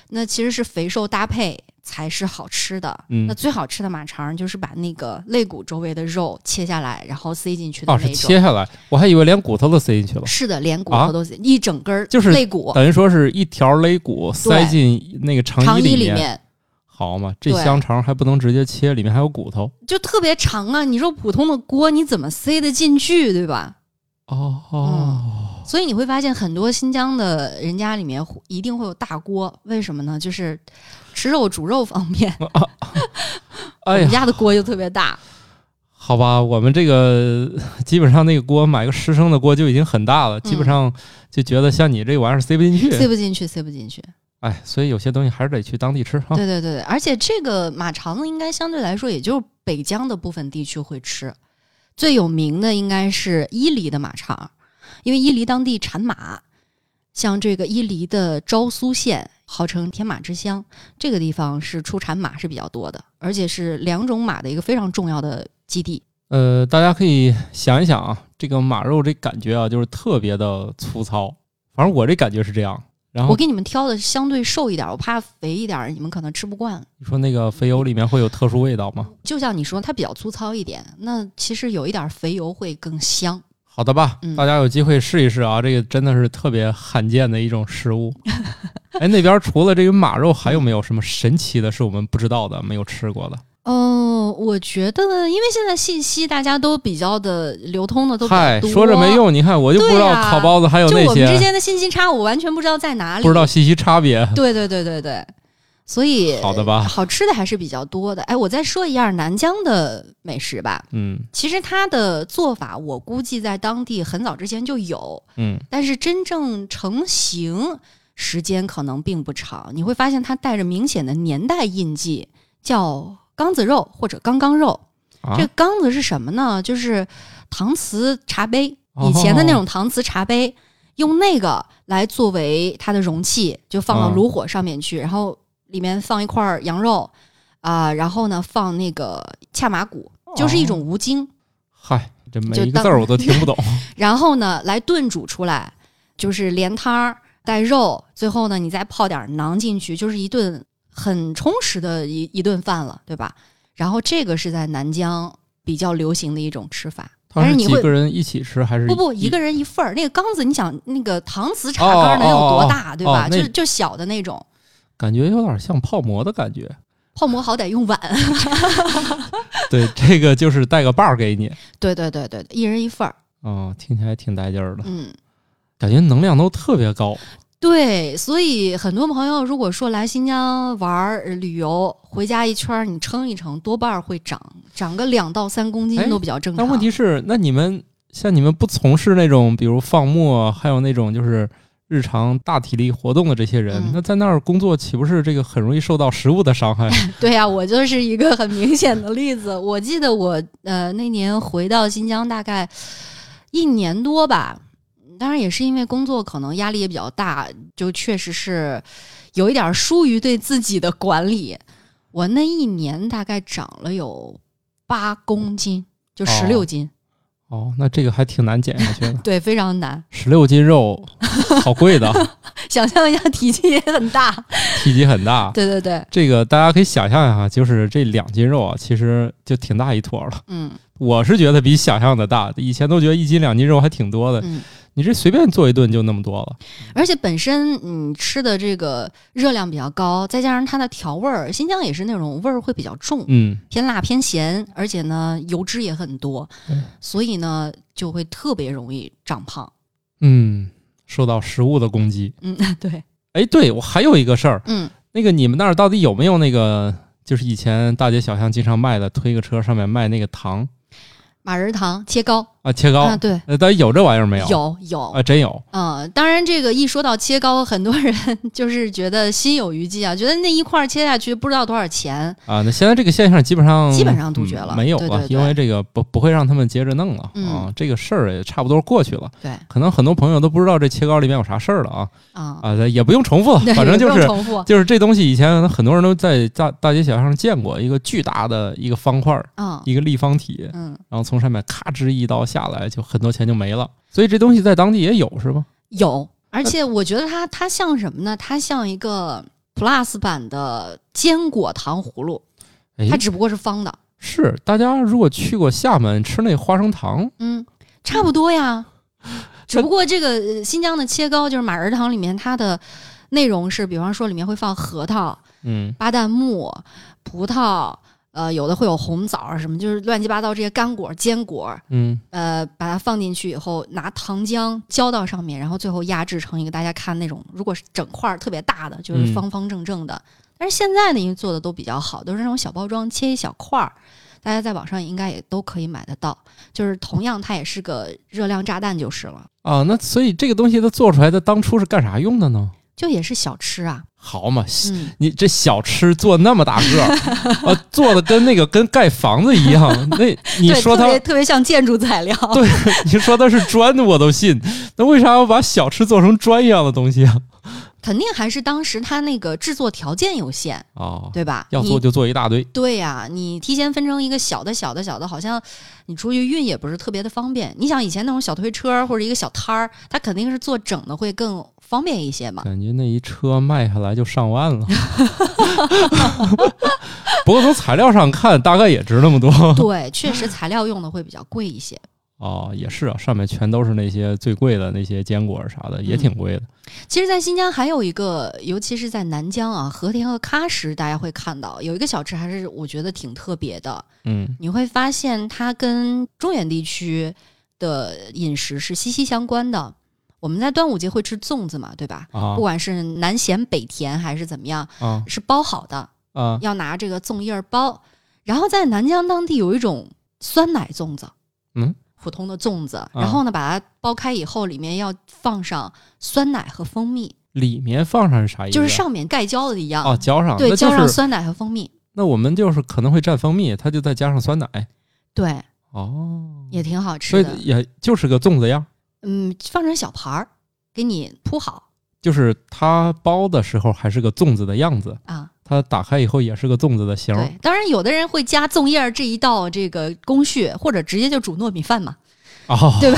A: 那其实是肥瘦搭配才是好吃的。
B: 嗯
A: 那最好吃的马肠就是把那个肋骨周围的肉切下来，然后塞进去的
B: 哦，
A: 那
B: 是
A: 种。
B: 切下来，我还以为连骨头都塞进去了，
A: 是的，连骨
B: 啊
A: 头都塞、一整根儿
B: 就是
A: 肋骨
B: 等于说是一条肋骨塞进那个肠
A: 肠
B: 衣
A: 衣
B: 里
A: 里
B: 面。
A: 面。
B: 好嘛，这
A: 对
B: 香肠还不能直接切，里面还有骨头。
A: 就特别长啊！你说普通的锅你怎么塞得进去，对吧？
B: 哦
A: 嗯所以你会发现很多新疆的人家里面会一定会有大锅，为什么呢？就是吃肉煮肉方面，我
B: 哎
A: 们
B: 呀，
A: 家的锅就特别大。
B: 好吧，我们这个 [laughs] 基本上那个锅买个十升的锅就已经很大了，基本上就觉得像你这玩意儿塞不进去。
A: 嗯塞不进去，塞不进去。
B: 哎，所以有些东西还是得去当地吃啊哈。
A: 对对对对，而且这个马肠子应该相对来说，也就是北疆的部分地区会吃。最有名的应该是伊犁的马肠，因为伊犁当地产马，像这个伊犁的昭苏县，号称天马之乡，这个地方是出产马是比较多的，而且是两种马的一个非常重要的基地。
B: 呃，大家可以想一想啊，这个马肉这感觉啊，就是特别的粗糙。反正我这感觉是这样，然后
A: 我给你们挑的相对瘦一点，我怕肥一点，你们可能吃不惯。
B: 你说那个肥油里面会有特殊味道吗？
A: 就像你说，它比较粗糙一点，那其实有一点肥油会更香。
B: 好的吧，
A: 嗯
B: 大家有机会试一试啊，这个真的是特别罕见的一种食物。 [laughs] 哎，那边除了这个马肉，还有没有什么神奇的是我们不知道的、没有吃过的？
A: 哦，我觉得，因为现在信息大家都比较的流通的都比
B: 嗨
A: 较，多，
B: 说着没。用，你看我就不知道
A: 对呀
B: 烤包子还有
A: 就
B: 那
A: 我们之
B: 些，
A: 间的信息差，我完全不知道在哪里。
B: 不知道。信息差别。
A: 对对对对对，所以
B: 好的吧，
A: 好吃的还是比较多的。哎，我再说一样南疆的美食吧。
B: 嗯
A: 其实它的做法，我估计在当地很早之前就有，
B: 嗯，
A: 但是真正成型时间可能并不长。你会发现它带着明显的年代印记，叫缸子肉或者缸缸肉。
B: 啊
A: 这，缸子是什么呢？就是搪瓷茶杯，以前的那种搪瓷茶杯，用那个来作为它的容器，就放到
B: 嗯
A: 炉火上面去，然后里面放一块羊肉，啊、然后呢放那个恰马骨，
B: 哦
A: 就是一种无精，
B: 嗨，这每
A: 就
B: 一个
A: 当
B: 字儿我都听
A: [laughs]
B: 不懂。
A: 然后呢来炖煮出来，就是连汤儿带肉，最后呢你再泡点儿馕进去，就是一顿很充实的一一顿饭了，对吧？然后这个是在南疆比较流行的一种吃法。
B: 他
A: 但是
B: 是
A: 你
B: 几
A: 会
B: 个人一起吃还是
A: 不不，一个人一份儿。那个缸子，你想那个搪瓷茶缸能有多大，
B: 哦哦哦
A: 对吧？
B: 哦那
A: 就就小的那种，
B: 感觉有点像泡馍的感觉？
A: 泡馍好歹用碗。 [laughs]
B: 对，这个就是带个把儿给你。
A: 对对对对，一人一份儿。
B: 哦，听起来挺带劲儿的，
A: 嗯，
B: 感觉能量都特别高。
A: 对，所以很多朋友如果说来新疆玩儿、呃旅游，回家一圈儿你称一称，多半儿会长长个两到三公
B: 哎
A: 斤都比较正常。
B: 但问题是，那你们像你们不从事那种比如放牧，啊还有那种就是日常大体力活动的这些人，
A: 嗯
B: 那在那儿工作岂不是这个很容易受到食物
A: [laughs]
B: 的伤害？
A: 对呀、我就是一个很明显的例子。我记得我呃那年回到新疆大概一年多吧，当然也是因为工作可能压力也比较大，就确实是有一点疏于对自己的管理。我那一年大概长了有八公斤，就十六斤，，
B: 哦，那这个还挺难减下去的
A: 对，非常难。
B: 十六斤肉，好贵
A: [laughs]
B: 的，
A: 想象一下，体积也很大。
B: 体积很大。
A: 对对对，
B: 这个大家可以想象一下，就是这两斤肉啊，其实就挺大一坨了。
A: 嗯
B: 我是觉得比想象的大，以前都觉得一斤两斤肉还挺多的，
A: 嗯。
B: 你这随便做一顿就那么多了。
A: 而且本身你吃的这个热量比较高，再加上它的调味儿，新疆也是那种味儿会比较重，
B: 嗯，
A: 偏辣偏咸，而且呢油脂也很多，
B: 嗯
A: 所以呢就会特别容易长胖。
B: 嗯，受到食物的攻击。
A: 嗯， [laughs] 对，
B: 哎，对我还有一个事儿，
A: 嗯
B: 那个你们那儿到底有没有那个，就是以前大街小巷经常卖的，推个车上面卖那个糖
A: 马仁糖切糕、
B: 啊，切糕
A: 啊，？对，
B: 呃，到底有这玩意儿没有？
A: 有有，
B: 啊，真有。
A: 嗯，当然这个一说到切糕，很多人 [laughs] 就是觉得心有余悸啊，觉得那一块儿切下去不知道多少钱。
B: 啊，那现在这个现象基本上
A: 基本上杜绝了
B: 嗯没有了，
A: 对对对
B: 因为这个不不会让他们接着弄了、
A: 嗯
B: 啊，这个事儿也差不多过去了。
A: 对
B: 可能很多朋友都不知道这切糕里面有啥事儿了啊
A: 啊，
B: 啊，也不用重复了
A: 对，
B: 反正
A: [laughs] 也
B: 就
A: 不用
B: 是
A: 重复啊
B: 就是这东西以前很多人都在大大街小巷上见过，一个巨大的一个方块儿，
A: 啊，
B: 一个立方体，
A: 嗯，
B: 然后从上面咔吱一刀下来，就很多钱就没了。所以这东西在当地也有是吗？
A: 有，而且我觉得它它像什么呢？它像一个 Plus 版的坚果糖葫芦，
B: 哎
A: 它，只不过是方的，
B: 是大家如果去过厦门吃那花生糖，
A: 嗯，差不多呀。只不过这个呃新疆的切糕就是马仁糖里面它的内容是，比方说里面会放核桃、
B: 嗯，
A: 巴旦木、葡萄，呃，有的会有红枣儿什么，就是乱七八糟这些干果、坚果，
B: 嗯，
A: 呃，把它放进去以后，拿糖浆浇到上面，然后最后压制成一个大家看那种，如果是整块儿特别大的，就是
B: 嗯
A: 方方正正的。但是现在呢，因为做的都比较好，都是那种小包装，切一小块儿，大家在网上应该也都可以买得到。就是同样，它也是个热量炸弹就是了， [laughs]
B: 啊，那所以这个东西它做出来的当初是干啥用的呢？
A: 就也是小吃啊。
B: 好嘛，
A: 嗯，
B: 你这小吃做那么大个儿， [laughs] 呃，做的跟那个跟盖房子一样， [laughs] 那你
A: 对，
B: 说
A: 特
B: 它
A: 别特别像建筑材料。
B: 对，你说它是砖，我都信。那为啥要把小吃做成砖一样的东西啊？
A: 肯定还是当时它那个制作条件有限，
B: 哦，
A: 对吧？
B: 要
A: 你
B: 做就做一大堆，
A: 对呀、你提前分成一个小的、小的、小的，好像你出去运也不是特别的方便。你想以前那种小推车或者一个小摊儿，它肯定是做整的会更方便一些嘛。
B: 感觉那一车卖下来就上万了。 [laughs] 不过从材料上看，大概也值那
A: [laughs]
B: 么多。
A: 对，确实材料用的会比较贵一些。
B: 哦，也是啊，上面全都是那些最贵的那些坚果啥
A: 嗯
B: 的，也挺贵的。
A: 其实，在新疆还有一个，尤其是在南疆啊，和田和喀什，大家会看到有一个小吃，还是我觉得挺特别的。
B: 嗯，
A: 你会发现它跟中原地区的饮食是息息相关的。我们在端午节会吃粽子嘛，对吧？
B: 啊
A: 不管是南咸北甜还是怎么样，
B: 啊
A: 是包好的，
B: 啊，
A: 要拿这个粽叶儿包。然后在南疆当地有一种酸奶粽子，
B: 嗯，啊
A: 普通的粽子，然后呢把它剥开以后，里面要放上酸奶和蜂蜜，
B: 里面放上是啥意思
A: 就
B: 啊？
A: 是上面盖胶的一样，
B: 哦，浇上，
A: 对，
B: 那就
A: 浇上
B: 是
A: 酸奶和蜂蜜，
B: 那我们就是可能会蘸蜂蜜，它就再加上酸奶。
A: 对，
B: 哦，
A: 也挺好
B: 所
A: 吃
B: 以
A: 的。
B: 也就是个粽子样，
A: 嗯，放成小盘儿，给你铺好
B: 就是它包的时候还是个粽子的样子，
A: 啊。
B: 它打开以后也是个粽子的形儿。
A: 对，当然有的人会加粽叶儿这一道这个工序，或者直接就煮糯米饭嘛，
B: 哦，
A: 对吧？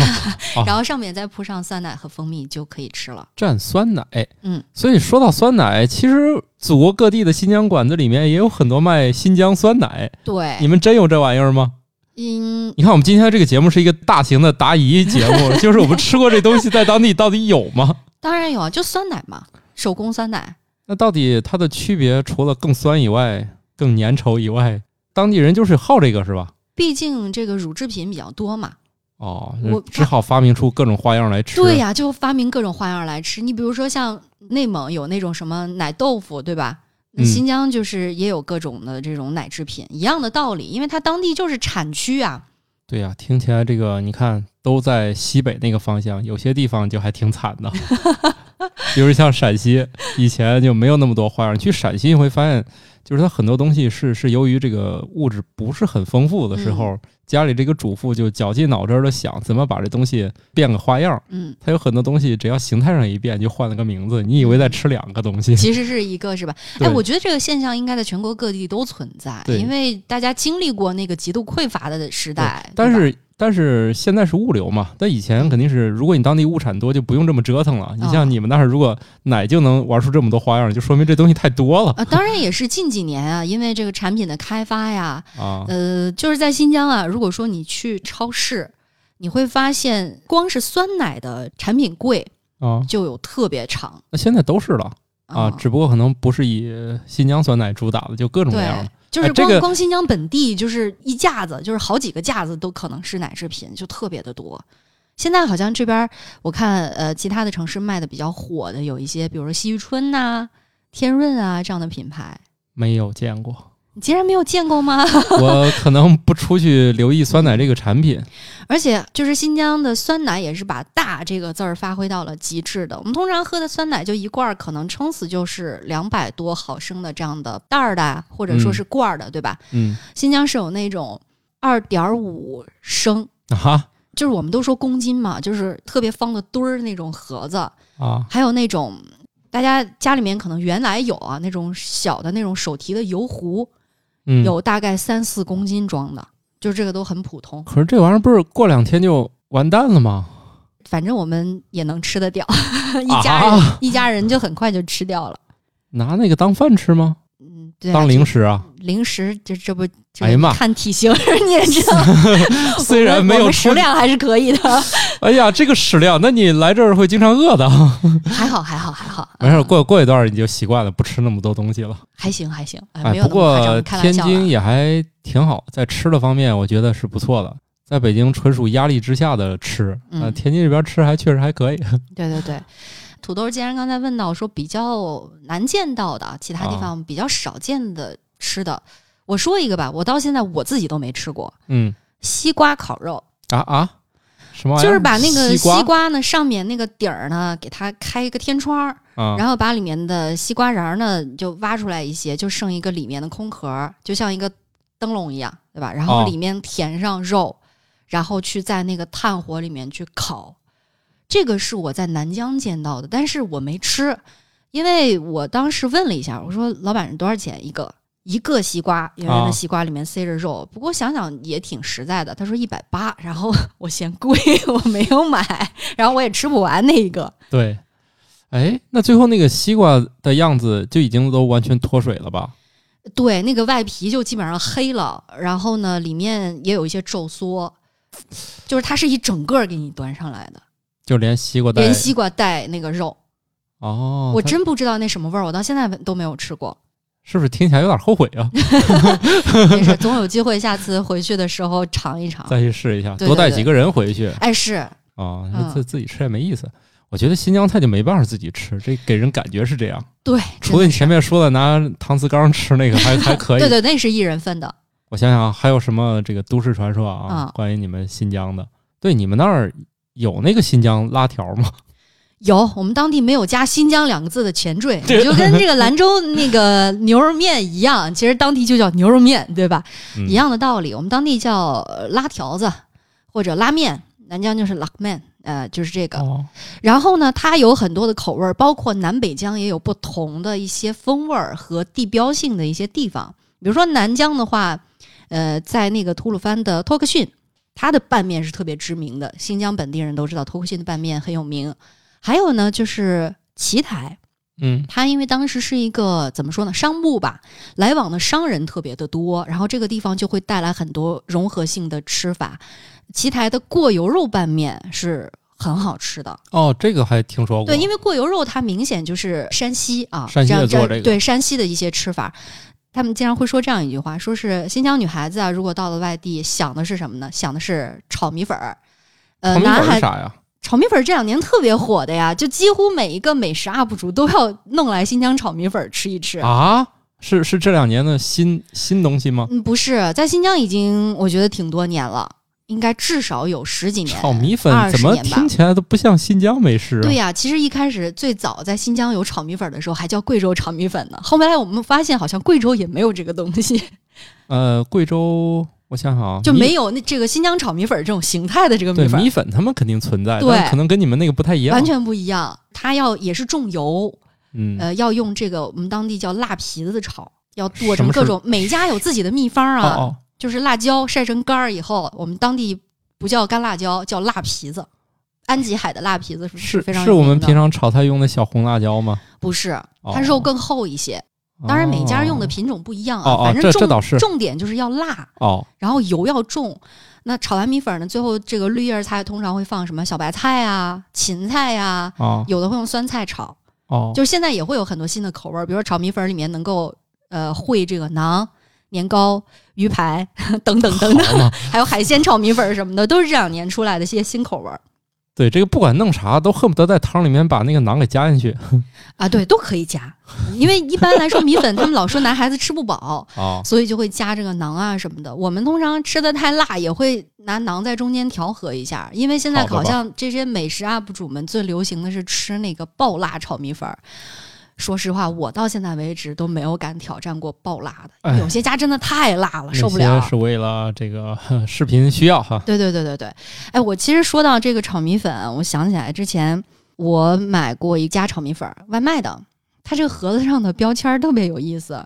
B: 哦
A: 然后上面再铺上酸奶和蜂蜜就可以吃了。
B: 蘸酸奶，
A: 嗯，
B: 所以说到酸奶，其实祖国各地的新疆馆子里面也有很多卖新疆酸奶，你
A: [laughs] 对，
B: 们真有这玩意儿吗？
A: 嗯，
B: 你看我们今天这个节目是一个大型的答疑节 [laughs] 目，就是我们吃过这东西在当地到底有吗？
A: 当然有啊，就酸奶嘛，手工酸奶。
B: 那到底它的区别，除了更酸以外，更粘稠以外，当地人就是好这个是吧？
A: 毕竟这个乳制品比较多嘛，
B: 哦，
A: 我
B: 只好发明出各种花样来吃。
A: 对呀、就发明各种花样来吃。你比如说像内蒙有那种什么奶豆腐，对吧？那
B: 嗯
A: 新疆就是也有各种的这种奶制品，一样的道理，因为它当地就是产区啊。
B: 对呀、听起来这个你看都在西北那个方向，有些地方就还挺惨
A: [laughs]
B: 的，比如像陕西，以前就没有那么多花样。去陕西你会发现，就是它很多东西是是由于这个物质不是很丰富的时候，
A: 嗯
B: 家里这个主妇就绞尽脑汁的想怎么把这东西变个花样。
A: 嗯，
B: 它有很多东西，只要形态上一变，就换了个名字。你以为在吃两个东西？
A: 嗯其实是一个是吧？哎，
B: 对
A: 我觉得这个现象应该在全国各地都存在，
B: 对
A: 因为大家经历过那个极度匮乏的时代。
B: 但
A: 对吧
B: 是但是现在是物流嘛，但以前肯定是，如果你当地物产多，就不用这么折腾
A: 啊
B: 了。你像你们那儿，如果奶就能玩出这么多花样，就说明这东西太
A: [laughs]
B: 多了
A: 呃，当然也是近几年啊，因为这个产品的开发呀，
B: 啊。
A: 呃，就是在新疆啊，如果说你去超市，你会发现光是酸奶的产品柜
B: 啊，
A: 就有特别长
B: 那现在都是了啊，
A: 嗯
B: 只不过可能不是以新疆酸奶主打的，就各种各样
A: 对
B: 的。，
A: 就是
B: 哎
A: 光、
B: 这个
A: 光新疆本地就是一架子，就是好几个架子都可能是奶制品，就特别的多。现在好像这边儿我看呃，其他的城市卖的比较火的有一些，比如说西域春呐、天润啊这样的品牌，
B: 没有见过，
A: 你竟然没有见过吗？
B: 我可能不出去留意酸奶这个
A: [laughs]
B: 产品。
A: 而且就是新疆的酸奶也是把“大”这个字儿发挥到了极致的。我们通常喝的酸奶就一罐儿，可能撑死就是两百多毫升的这样的袋儿的，或者说是罐儿的，对吧？
B: 嗯
A: 新疆是有那种二点五升，
B: 啊
A: 就是我们都说公斤嘛，就是特别方的墩儿那种盒子，
B: 啊
A: 还有那种大家家里面可能原来有啊那种小的那种手提的油壶，
B: 嗯，
A: 有大概三四公斤装的，就这个都很普通，
B: 可是这玩意儿不是过两天就完蛋了吗？
A: 反正我们也能吃得掉。 [laughs] 一家人、
B: 啊
A: 一家人就很快就吃掉了。
B: 拿那个当饭吃吗？
A: 嗯，对、啊，
B: 当零食啊？
A: 就零食，这这不，这
B: 哎呀妈
A: 看体型 [laughs] 你也知道，
B: [laughs] 虽然没
A: [laughs] 我
B: 有
A: 们
B: 出
A: 食量还是可以
B: [laughs]
A: 的，
B: 哎呀，这个食量，那你来这儿会经常饿的。
A: 还好还好还好，
B: [laughs] 没事，过过一段儿你就习惯了，不吃那么多东西了。
A: 还行还行，哎，
B: 哎
A: 没，有
B: 不
A: 那么夸
B: 过
A: 张，开玩
B: 天
A: 笑
B: 津
A: 了。
B: 也还挺好，在吃的方面我觉得是不错的。在北京纯属压力之下的吃，
A: 嗯
B: 呃天津这边吃还确实还可以。
A: 对对对，土豆既然刚才问到说比较难见到的，其他地
B: 啊
A: 方比较少见的吃的，我说一个吧，我到现在我自己都没吃过
B: [laughs] 嗯
A: 西瓜烤肉。
B: 啊啊，什么玩意
A: 就
B: 儿？
A: 是把那个
B: 西瓜
A: 西瓜呢上面那个底儿呢，给它开一个天窗儿，
B: 啊
A: 然后把里面的西瓜瓤儿呢就挖出来一些，就剩一个里面的空壳儿，就像一个灯笼一样，对吧？然后
B: 哦
A: 里面填上肉，然后去在那个炭火里面去烤。这个是我在南疆见到的，但是我没吃，因为我当时问了一下，我说老板是多少钱一个？一个西瓜，圆圆
B: 啊
A: 的西瓜里面塞着肉。不过想想也挺实在的，他说一百八，然后我嫌贵，我没有买，然后我也吃不完那一个。
B: 对，哎，那最后那个西瓜的样子就已经都完全脱水了吧？
A: 对，那个外皮就基本上黑了，然后呢，里面也有一些皱缩，就是它是一整个给你端上来的，
B: 就连西瓜带
A: 连西瓜带那个肉，
B: 哦，
A: 我
B: 它
A: 真不知道那什么味儿，我到现在都没有吃过。 [laughs]
B: 是不是听起来有点后悔啊？
A: 没事，总有机会下次回去的时候尝一尝。
B: 再去试一下，
A: 对
B: 多带
A: 对
B: 几个人回去
A: 哎，是
B: 啊，
A: 嗯
B: 自、自己吃也没意思。我觉得新疆菜就没办法自己吃，这给人感觉是这样。
A: 对，
B: 除了你前面说的拿搪瓷缸吃那个还还可
A: 真的
B: 以，
A: 对对，那是一人份的。
B: 我想想啊还有什么这个都市传说啊，
A: 嗯
B: 关于你们新疆的？对，你们那儿有那个新疆拉条吗？
A: 有，我们当地没有加“新疆”两个字的前缀，你就跟这个兰州那个牛肉面一样，其实当地就叫牛肉面，对吧？
B: 嗯
A: 一样的道理，我们当地叫呃拉条子或者拉面，南疆就是拉面，呃，就是这个。
B: 哦，
A: 然后呢，它有很多的口味儿，包括南北疆也有不同的一些风味儿和地标性的一些地方。比如说南疆的话，呃，在那个吐鲁番的托克逊，它的拌面是特别知名的，新疆本地人都知道托克逊的拌面很有名。还有呢，就是奇台，
B: 嗯，
A: 它因为当时是一个怎么说呢，商埠吧，来往的商人特别的多，然后这个地方就会带来很多融合性的吃法。奇台的过油肉拌面是很好吃的，
B: 哦，这个还听说过。
A: 对，因为过油肉它明显就是山西啊，
B: 山西
A: 这样
B: 也做这个
A: 对山西的一些吃法。他们经常会说这样一句话，说是新疆女孩子啊，如果到了外地，想的是什么呢？想的是炒米粉儿。呃，
B: 旁边
A: 男
B: 是
A: 孩
B: 啥呀？
A: 炒米粉儿这两年特别火的呀，就几乎每一个美食 UP 主都要弄来新疆炒米粉儿吃一吃。
B: 啊，是是这两年的新新东西吗？
A: 嗯，不是，在新疆已经我觉得挺多年了，应该至少有十几年。
B: 炒米粉
A: 20
B: 怎么
A: 年吧
B: 听起来都不像新疆美食、啊？
A: 对呀、其实一开始最早在新疆有炒米粉的时候，还叫贵州炒米粉呢。后来我们发现，好像贵州也没有这个东西，
B: 呃，贵州，我想想啊，
A: 就
B: 米
A: 没有那这个新疆炒米粉这种形态的这个
B: 对
A: 米粉，
B: 米粉，他们肯定存在，
A: 对
B: 但可能跟你们那个不太一样。
A: 完，全不一样。它要也是重油，
B: 嗯，
A: 呃，要用这个我们当地叫辣皮子炒，要剁
B: 什
A: 成
B: 么
A: 各
B: 是
A: 种，每家有自己的秘方
B: 哦
A: 啊，
B: 哦
A: 就是辣椒晒成干儿以后，我们当地不叫干辣椒，叫辣皮子。安吉海的辣皮子是
B: 是
A: 非常
B: 是
A: 有
B: 我们
A: 名的
B: 平常炒菜用的小红辣椒吗？
A: 不是，
B: 哦
A: 它肉更厚一些。当然每家用的品种不一样啊，
B: 哦哦
A: 反正
B: 这
A: 重
B: 这倒是
A: 重点就是要辣，
B: 哦
A: 然后油要重。那炒完米粉呢，最后这个绿叶菜通常会放什么小白菜啊、芹菜呀、
B: 哦
A: 有的会用酸菜炒。
B: 哦，
A: 就是现在也会有很多新的口味儿，比如说炒米粉里面能够呃烩这个馕、年糕、鱼排 [laughs] 等等等
B: 好嘛
A: 等， [laughs] 还有海鲜炒米粉什么的，都是这两年出来的一些新口味儿
B: 对这个不管弄啥，都恨不得在汤里面把那个馕给加进去
A: 啊。对，都可以加，因为一般来说米粉他们老说男孩子吃不饱，
B: 啊。
A: [laughs] 所以就会加这个馕啊什么的。我们通常吃的太辣，也会拿馕在中间调和一下，因为现在
B: 好的吧
A: 好像这些美食 UP 主们最流行的是吃那个爆辣炒米粉儿。说实话，我到现在为止都没有敢挑战过爆辣
B: 哎
A: 的，有些家真的太辣了，受不
B: 那
A: 了
B: 些。是为了这个呵视频需要
A: [laughs]
B: 哈。
A: 对对对对对，哎，我其实说到这个炒米粉，啊我想起来之前我买过一家炒米粉儿外卖的，它这个盒子上的标签儿特别有意思，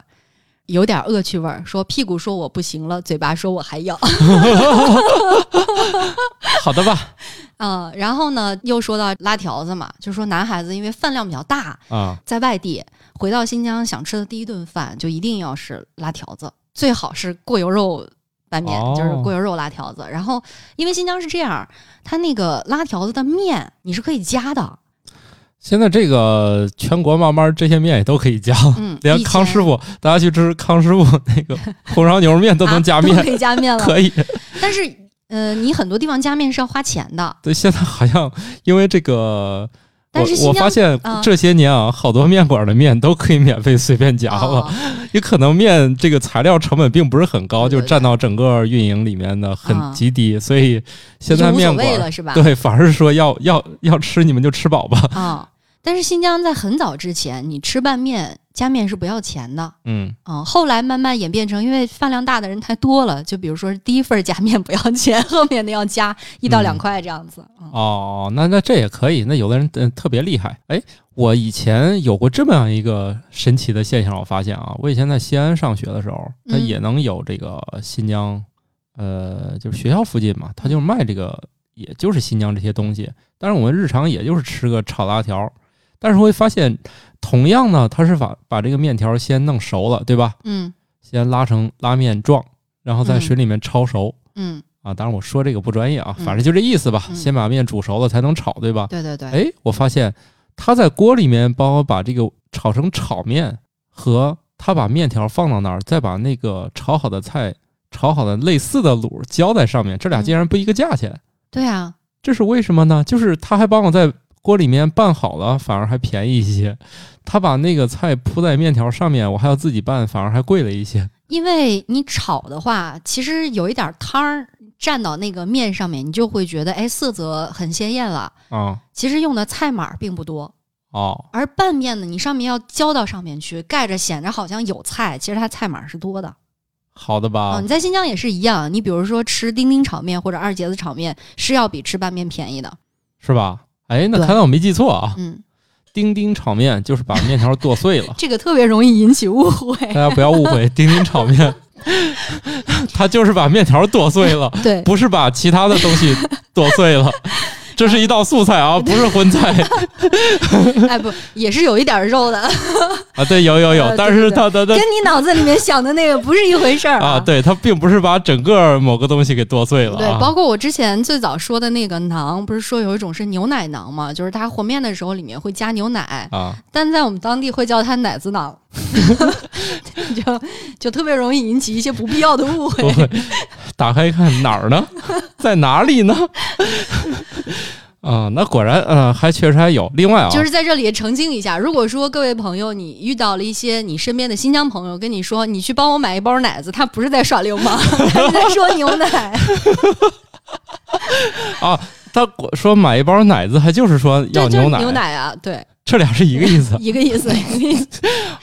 A: 有点恶趣味儿，说屁股说我不行了，嘴巴说我还要 [laughs]
B: 好的吧？
A: 啊、然后呢，又说到拉条子嘛，就说男孩子因为饭量比较大，
B: 啊，
A: 在外地回到新疆想吃的第一顿饭就一定要是拉条子，最好是过油肉拌面，
B: 哦
A: 就是过油肉拉条子。然后因为新疆是这样，它那个拉条子的面你是可以加
B: [laughs]
A: 的，
B: 现在这个全国慢慢这些面也都可以加，
A: 嗯，
B: 连康师傅，大家去吃康师傅那
A: [laughs]
B: 个红烧牛肉面都
A: 都
B: 能加
A: 啊、都
B: 面，
A: 可以加面了。
B: 可以。
A: 但是呃，你很多地方加面是要花钱的，
B: 对，现在好像因为这个，
A: 但是
B: 我
A: 新
B: 我
A: 疆
B: 发现
A: 嗯
B: 这些年啊，好多面馆的面都可以免费随便加了，
A: 哦
B: 也可能面这个材料成本并不是很高，
A: 对
B: 就
A: 对
B: 占到整个运营里面的很
A: 嗯
B: 极低，所 [laughs] 以现在
A: 就无所
B: 面
A: 谓
B: 馆
A: 了是吧？
B: 对，反而是说要要要吃你们就吃饱吧，
A: 啊、但是新疆在很早之前，你吃拌面加面是不要钱的，
B: 嗯
A: 嗯，后来慢慢演变成，因为饭量大的人太多了，就比如说第一份加面不要钱， [laughs] 后面的要加一到两块这样子。嗯
B: 哦，那那这也可以。那有的人嗯特别厉害，哎，我以前有过这么样一个神奇的现象，我发现啊，我以前在西安上学的时候，它
A: 嗯
B: 也能有这个新疆，呃，就是学校附近嘛，它就是卖这个，也就是新疆这些东西。但是我们日常也就是吃个炒拉条，但是会发现，同样呢，它是把把这个面条先弄熟了，对吧？
A: 嗯
B: 先拉成拉面状，然后在
A: 嗯
B: 水里面焯熟。
A: 嗯，
B: 啊，当然我说这个不专业啊，
A: 嗯
B: 反正就这意思吧。
A: 嗯
B: 先把面煮熟了才能炒，对吧？
A: 对对对，
B: 哎，我发现他在锅里面帮我把这个炒成炒面，和他把面条放到那儿，再把那个炒好的菜、炒好的类似的卤浇在上面，
A: 嗯
B: 这俩竟然不一个价钱，
A: 对啊，
B: 这是为什么呢？就是他还帮我在锅里面拌好了，反而还便宜一些。他把那个菜铺在面条上面，我还要自己拌，反而还贵了一些。
A: 因为你炒的话，其实有一点汤儿蘸到那个面上面，你就会觉得哎色泽很鲜艳了。
B: 啊、
A: 其实用的菜码并不多，
B: 哦，
A: 而拌面呢，你上面要浇到上面去，盖着显着好像有菜，其实它菜码是多的。
B: 好的吧？
A: 啊、你在新疆也是一样，你比如说吃丁丁炒面或者二节子炒面是要比吃拌面便宜的。
B: 是吧？哎，那
A: 对
B: 看来我没记错啊。
A: 嗯，，
B: 丁丁炒面就是把面条剁碎了
A: [laughs] 这个特别容易引起误会。 [laughs]
B: 大家不要误会，丁丁炒面，它就是把面条剁碎了， [laughs]
A: 对，
B: 不是把其他的东西剁碎
A: [laughs]
B: 了。这是一道素菜啊，不是荤菜
A: 哎不，也是有一点肉的，
B: 啊。对，有有有，
A: 呃
B: 但是它它它
A: 跟你脑子里面想的那个不是一回事儿
B: 啊，对，它并不是把整个某个东西给剁碎了
A: 对，
B: 啊
A: 包。括我之前最早说的那个馕，不是说有一种是牛奶馕嘛，就是它和面的时候里面会加牛奶，
B: 啊，
A: 但在我们当地会叫它奶子馕， [laughs] 就就特别容易引起一些不必要的误
B: 不 [laughs]
A: 会。
B: 会，打开一看哪
A: [laughs]
B: 儿呢？在哪里呢？啊，那果然，呃，还确实还有。另外啊，
A: 就是在这里澄清一下，如果说各位朋友你遇到了一些你身边的新疆朋友跟你说你去帮我买一包奶子，他不是在耍流
B: [laughs]
A: 氓，他是在说牛奶。
B: 啊，他果说买一包奶子，还就是说
A: 对，
B: [laughs] 要
A: 就是
B: 奶，
A: 牛奶啊，对，
B: 这俩是一个意思
A: 一个意思，一个意
B: [laughs]
A: 思，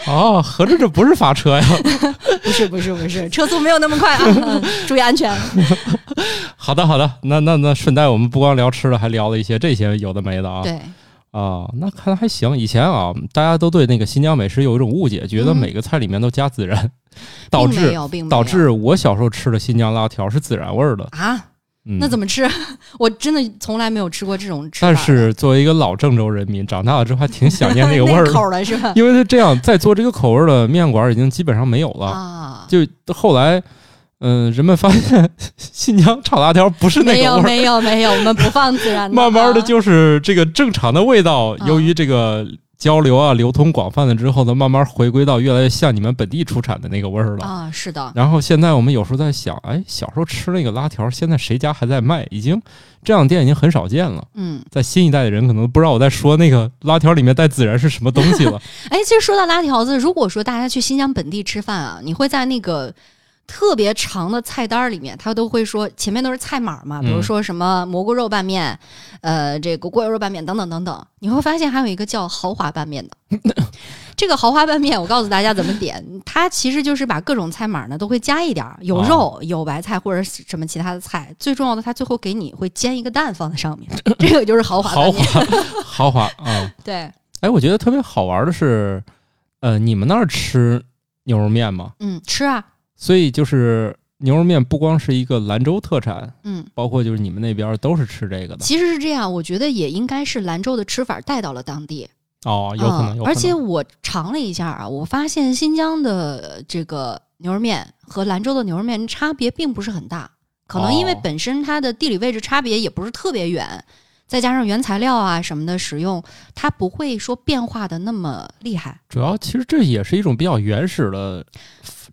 B: 哦。合着这不是发车呀？ [laughs]
A: 不是不是不是，车速没有那么快啊，嗯注意安全。
B: 好的，好的，那那那顺带我们不光聊吃的，还聊了一些这些有的没的啊。
A: 对，
B: 啊，那看来还行。以前啊，大家都对那个新疆美食有一种误解，觉得
A: 嗯
B: 每个菜里面都加孜然，导
A: 并没
B: 致
A: 有，并没有
B: 导致我小时候吃的新疆拉条是孜然味儿的。
A: 啊，
B: 嗯，
A: 那怎
B: 么？
A: 么吃？ [laughs] 我真的从来没有吃过这种吃法。[laughs]
B: 但是作为一个老郑州人民，长大了之后还挺想念那个味儿
A: 那 [laughs]
B: 的，
A: 口了是吧？
B: 因为是这样，再做这个口味儿的面馆已经基本上没有了。
A: 啊，
B: 就后来，嗯、人们发现 [laughs] 新疆炒辣条不是那
A: 没有
B: 个味儿，
A: 没有没有，我们不放孜然的啊，
B: [laughs] 慢慢的就是这个正常的味道。
A: 啊
B: 由于这个交流啊，流通广泛了之后呢，慢慢回归到越来越像你们本地出产的那个味儿了。
A: 啊，是的，
B: 然后现在我们有时候在想，哎，小时候吃那个拉条，现在谁家还在卖？已经这样的店已经很少见了。
A: 嗯。
B: 在新一代的人可能不知道我在说那个拉条里面带孜然是什么东西了。
A: 哎，其实说到拉条子，如果说大家去新疆本地吃饭啊，你会在那个特别长的菜单儿里面，他都会说前面都是菜码嘛，比如
B: 嗯
A: 说什么蘑菇肉拌面，呃，这个锅油肉拌面等等等等。你会发现还有一个叫豪华拌面的。
B: [laughs]
A: 这个豪华拌面，我告诉大家怎么点，它其实就是把各种菜码呢都会加一点儿，有
B: 哦
A: 肉、有白菜或者是什么其他的菜。最重要的，它最后给你会煎一个蛋放在上面，这个就是豪华
B: 豪
A: 拌面。
B: 华，豪华啊！
A: 对，
B: 哎，我觉得特别好玩的是，呃，你们那儿吃牛肉面吗？
A: 嗯，吃啊，
B: 所以就是牛肉面不光是一个兰州特产，
A: 嗯。
B: 包括就是你们那边儿都是吃这个的
A: 其实是这样，我觉得也应该是兰州的吃法带到了当地，
B: 哦，有可能，
A: 嗯
B: 有可能。
A: 而且我尝了一下啊，我发现新疆的呃这个牛肉面和兰州的牛肉面差别并不是很大，可能因为
B: 哦
A: 本身它的地理位置差别也不是特别远，再加上原材料啊什么的使用，它不会说变化的那么厉害。
B: 主要其实这也是一种比较原始的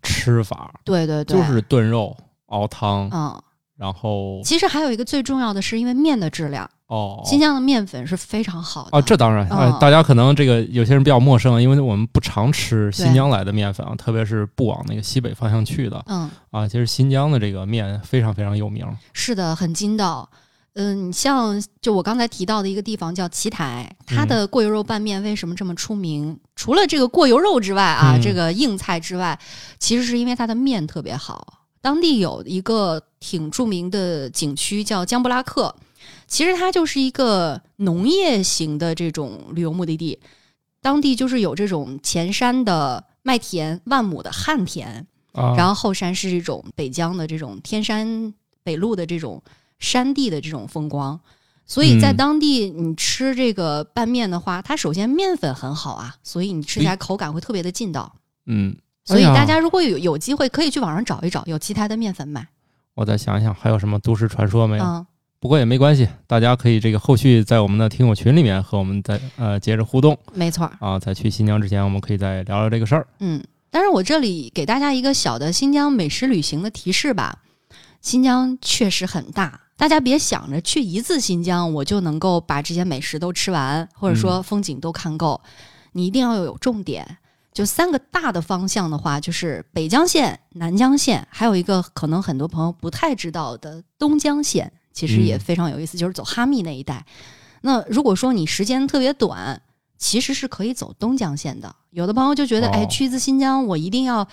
B: 吃法，
A: 对对对，
B: 就是炖肉、熬汤，
A: 嗯，
B: 然后
A: 其实还有一个最重要的是，因为面的质量，
B: 哦。
A: 新疆的面粉是非常好的
B: 啊，这当然，哎
A: 嗯，
B: 大家可能这个有些人比较陌生，因为我们不常吃新
A: 对
B: 疆来的面粉啊，特别是不往那个西北方向去的
A: 嗯。
B: 啊。其实新疆的这个面非常非常有名，
A: 是的，很筋道。嗯，你像就我刚才提到的一个地方叫奇台，它的过油肉拌面为什么这么出名？除了这个过油肉之外啊，
B: 嗯
A: 这个硬菜之外，其实是因为它的面特别好。当地有一个挺著名的景区叫江布拉克，其实它就是一个农业型的这种旅游目的地。当地就是有这种前山的麦田、万亩的旱田，
B: 啊，
A: 然后后山是这种北疆的这种天山北路的这种山地的这种风光，所以在
B: 嗯
A: 当地你吃这个拌面的话，它首先面粉很好啊，所以你吃起来口感会特别的劲道。
B: 嗯，
A: 所以
B: 哎呀
A: 大家如果有有机会，可以去网上找一找，有其他的面粉卖。
B: 我再想一想还有什么都市传说没有？
A: 嗯，
B: 不过也没关系，大家可以这个后续在我们的听友群里面和我们再呃接着互动
A: 没错儿。
B: 啊。在去新疆之前，我们可以再聊聊这个事儿。
A: 嗯，但是我这里给大家一个小的新疆美食旅行的提示吧。新疆确实很大，大家别想着去一次新疆我就能够把这些美食都吃完，或者说风景都看够。你一定要有重点，就三个大的方向的话，就是北疆线、南疆线，还有一个可能很多朋友不太知道的东疆线，其实也
B: 嗯
A: 非常有意思，就是走哈密那一带。那如果说你时间特别短，其实是可以走东疆线的。有的朋友就觉得，
B: 哦
A: 哎，去一次新疆，我一定要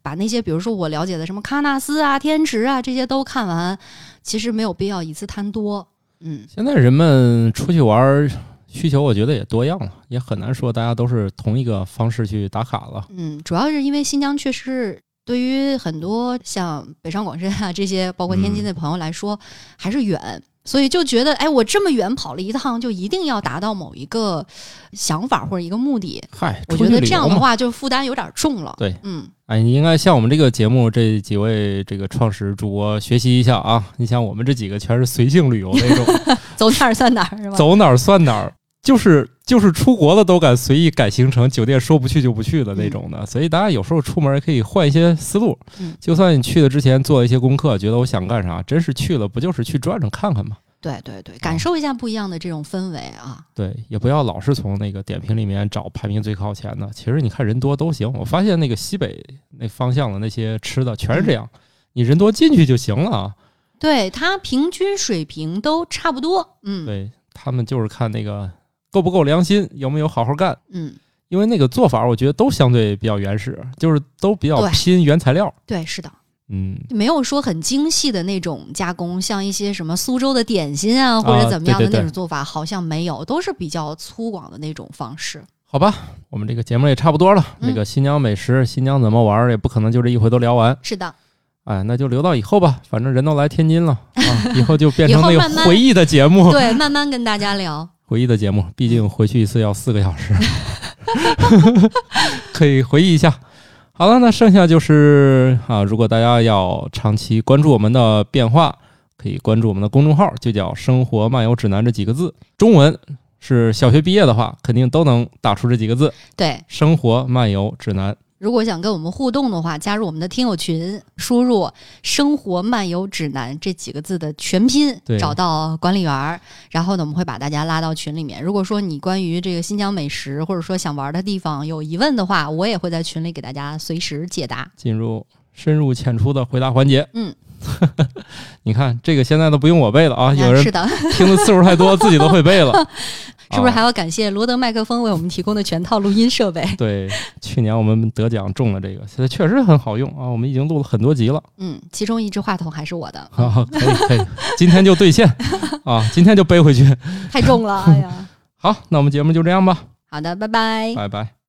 A: 把那些，比如说我了解的什么喀纳斯啊、天池啊这些都看完，其实没有必要一次贪多。嗯，
B: 现在人们出去玩儿需求，我觉得也多样了，也很难说大家都是同一个方式去打卡了。
A: 嗯，主要是因为新疆确实对于很多像北上广深啊这些，包括天
B: 嗯
A: 津的朋友来说，还是远。所以就觉得，哎，我这么远跑了一趟，就一定要达到某一个想法或者一个目的。
B: 嗨，
A: 我
B: 出
A: 觉
B: 去
A: 得
B: 旅
A: 这样
B: 游
A: 的
B: 嘛，
A: 话，就负担有点重了。
B: 对，
A: 嗯，
B: 哎，你应该向我们这个节目这几位这个创始主播学习一下啊！你像我们这几个全是随性旅游那种，
A: 走哪儿算哪儿是吧？
B: 走哪儿算哪儿，就是就是出国了都敢随意改行程，酒店说不去就不去的那种的。所以大家有时候出门可以换一些思路，
A: 嗯
B: 就算你去了之前做一些功课，觉得我想干啥，真是去了不就是去转转看看吗？
A: 对对对，
B: 嗯
A: 感受一下不一样的这种氛围啊。
B: 对，也不要老是从那个点评里面找排名最靠前的。其实你看人多都行。我发现那个西北那方向的那些吃的全是这样，
A: 嗯
B: 你人多进去就行了啊。
A: 对它平均水平都差不多，嗯
B: 对他们就是看那个够不够良心，有没有好好干。
A: 嗯，
B: 因为那个做法，我觉得都相对比较原始，就是都比较
A: 对
B: 拼原材料。
A: 对，是的，
B: 嗯，
A: 没有说很精细的那种加工，像一些什么苏州的点心啊或者
B: 啊
A: 怎么样
B: 对
A: 的
B: 对
A: 那
B: 对
A: 种做法，好像没有，都是比较粗犷的那种方式。
B: 好吧，我们这个节目也差不多了。
A: 嗯
B: 这个新疆美食，新疆怎么玩儿，也不可能就这一回都聊完。
A: 是
B: [laughs]
A: 的，
B: 哎，那就留到以后吧，反正人都来天津了啊，以后就变
A: 以
B: 成
A: 后
B: 那
A: 慢
B: 个
A: 慢
B: 回忆的节目。
A: 对，慢慢跟大家聊。
B: 回忆的节目，毕竟回去一次要四个小时， [laughs] 可以回忆一下。好了，那剩下就是啊，如果大家要长期关注我们的变化，可以关注我们的公众号，就叫“生活漫游指南”这几个字，中文是小学毕业的话，肯定都能打出这几个字
A: 对，
B: “生活漫游指南
A: 如果想跟我们互动的话，加入我们的听友群，输入“生活漫游指南”这几个字的全拼
B: 对，
A: 找到管理员儿。然后呢，我们会把大家拉到群里面。如果说你关于这个新疆美食或者说想玩的地方有疑问的话，我也会在群里给大家随时解答”，。
B: 进入深入浅出的回答环
A: [laughs]
B: 节。
A: 嗯，
B: 你看这个现在都不用我背了啊，有人
A: 哎是
B: [laughs]
A: 的，
B: 听的次数太多，自己都
A: [laughs]
B: 会背了。
A: 是不是
B: 啊
A: 还要感谢罗德麦克风为我们提供的全套录音设
B: [laughs]
A: 备？
B: 对，去年我们得奖中了这个，现在确实很好用啊！我们已经录了很多集 [laughs] 了，
A: 嗯，其中一支话筒还是我的，
B: 啊、可以 [laughs] 可以，今天就兑 [laughs] 现啊，今天就背回去。
A: 太重了，哎呀！
B: 好，那我们节目就这样吧，
A: 好的，拜拜。
B: 拜拜。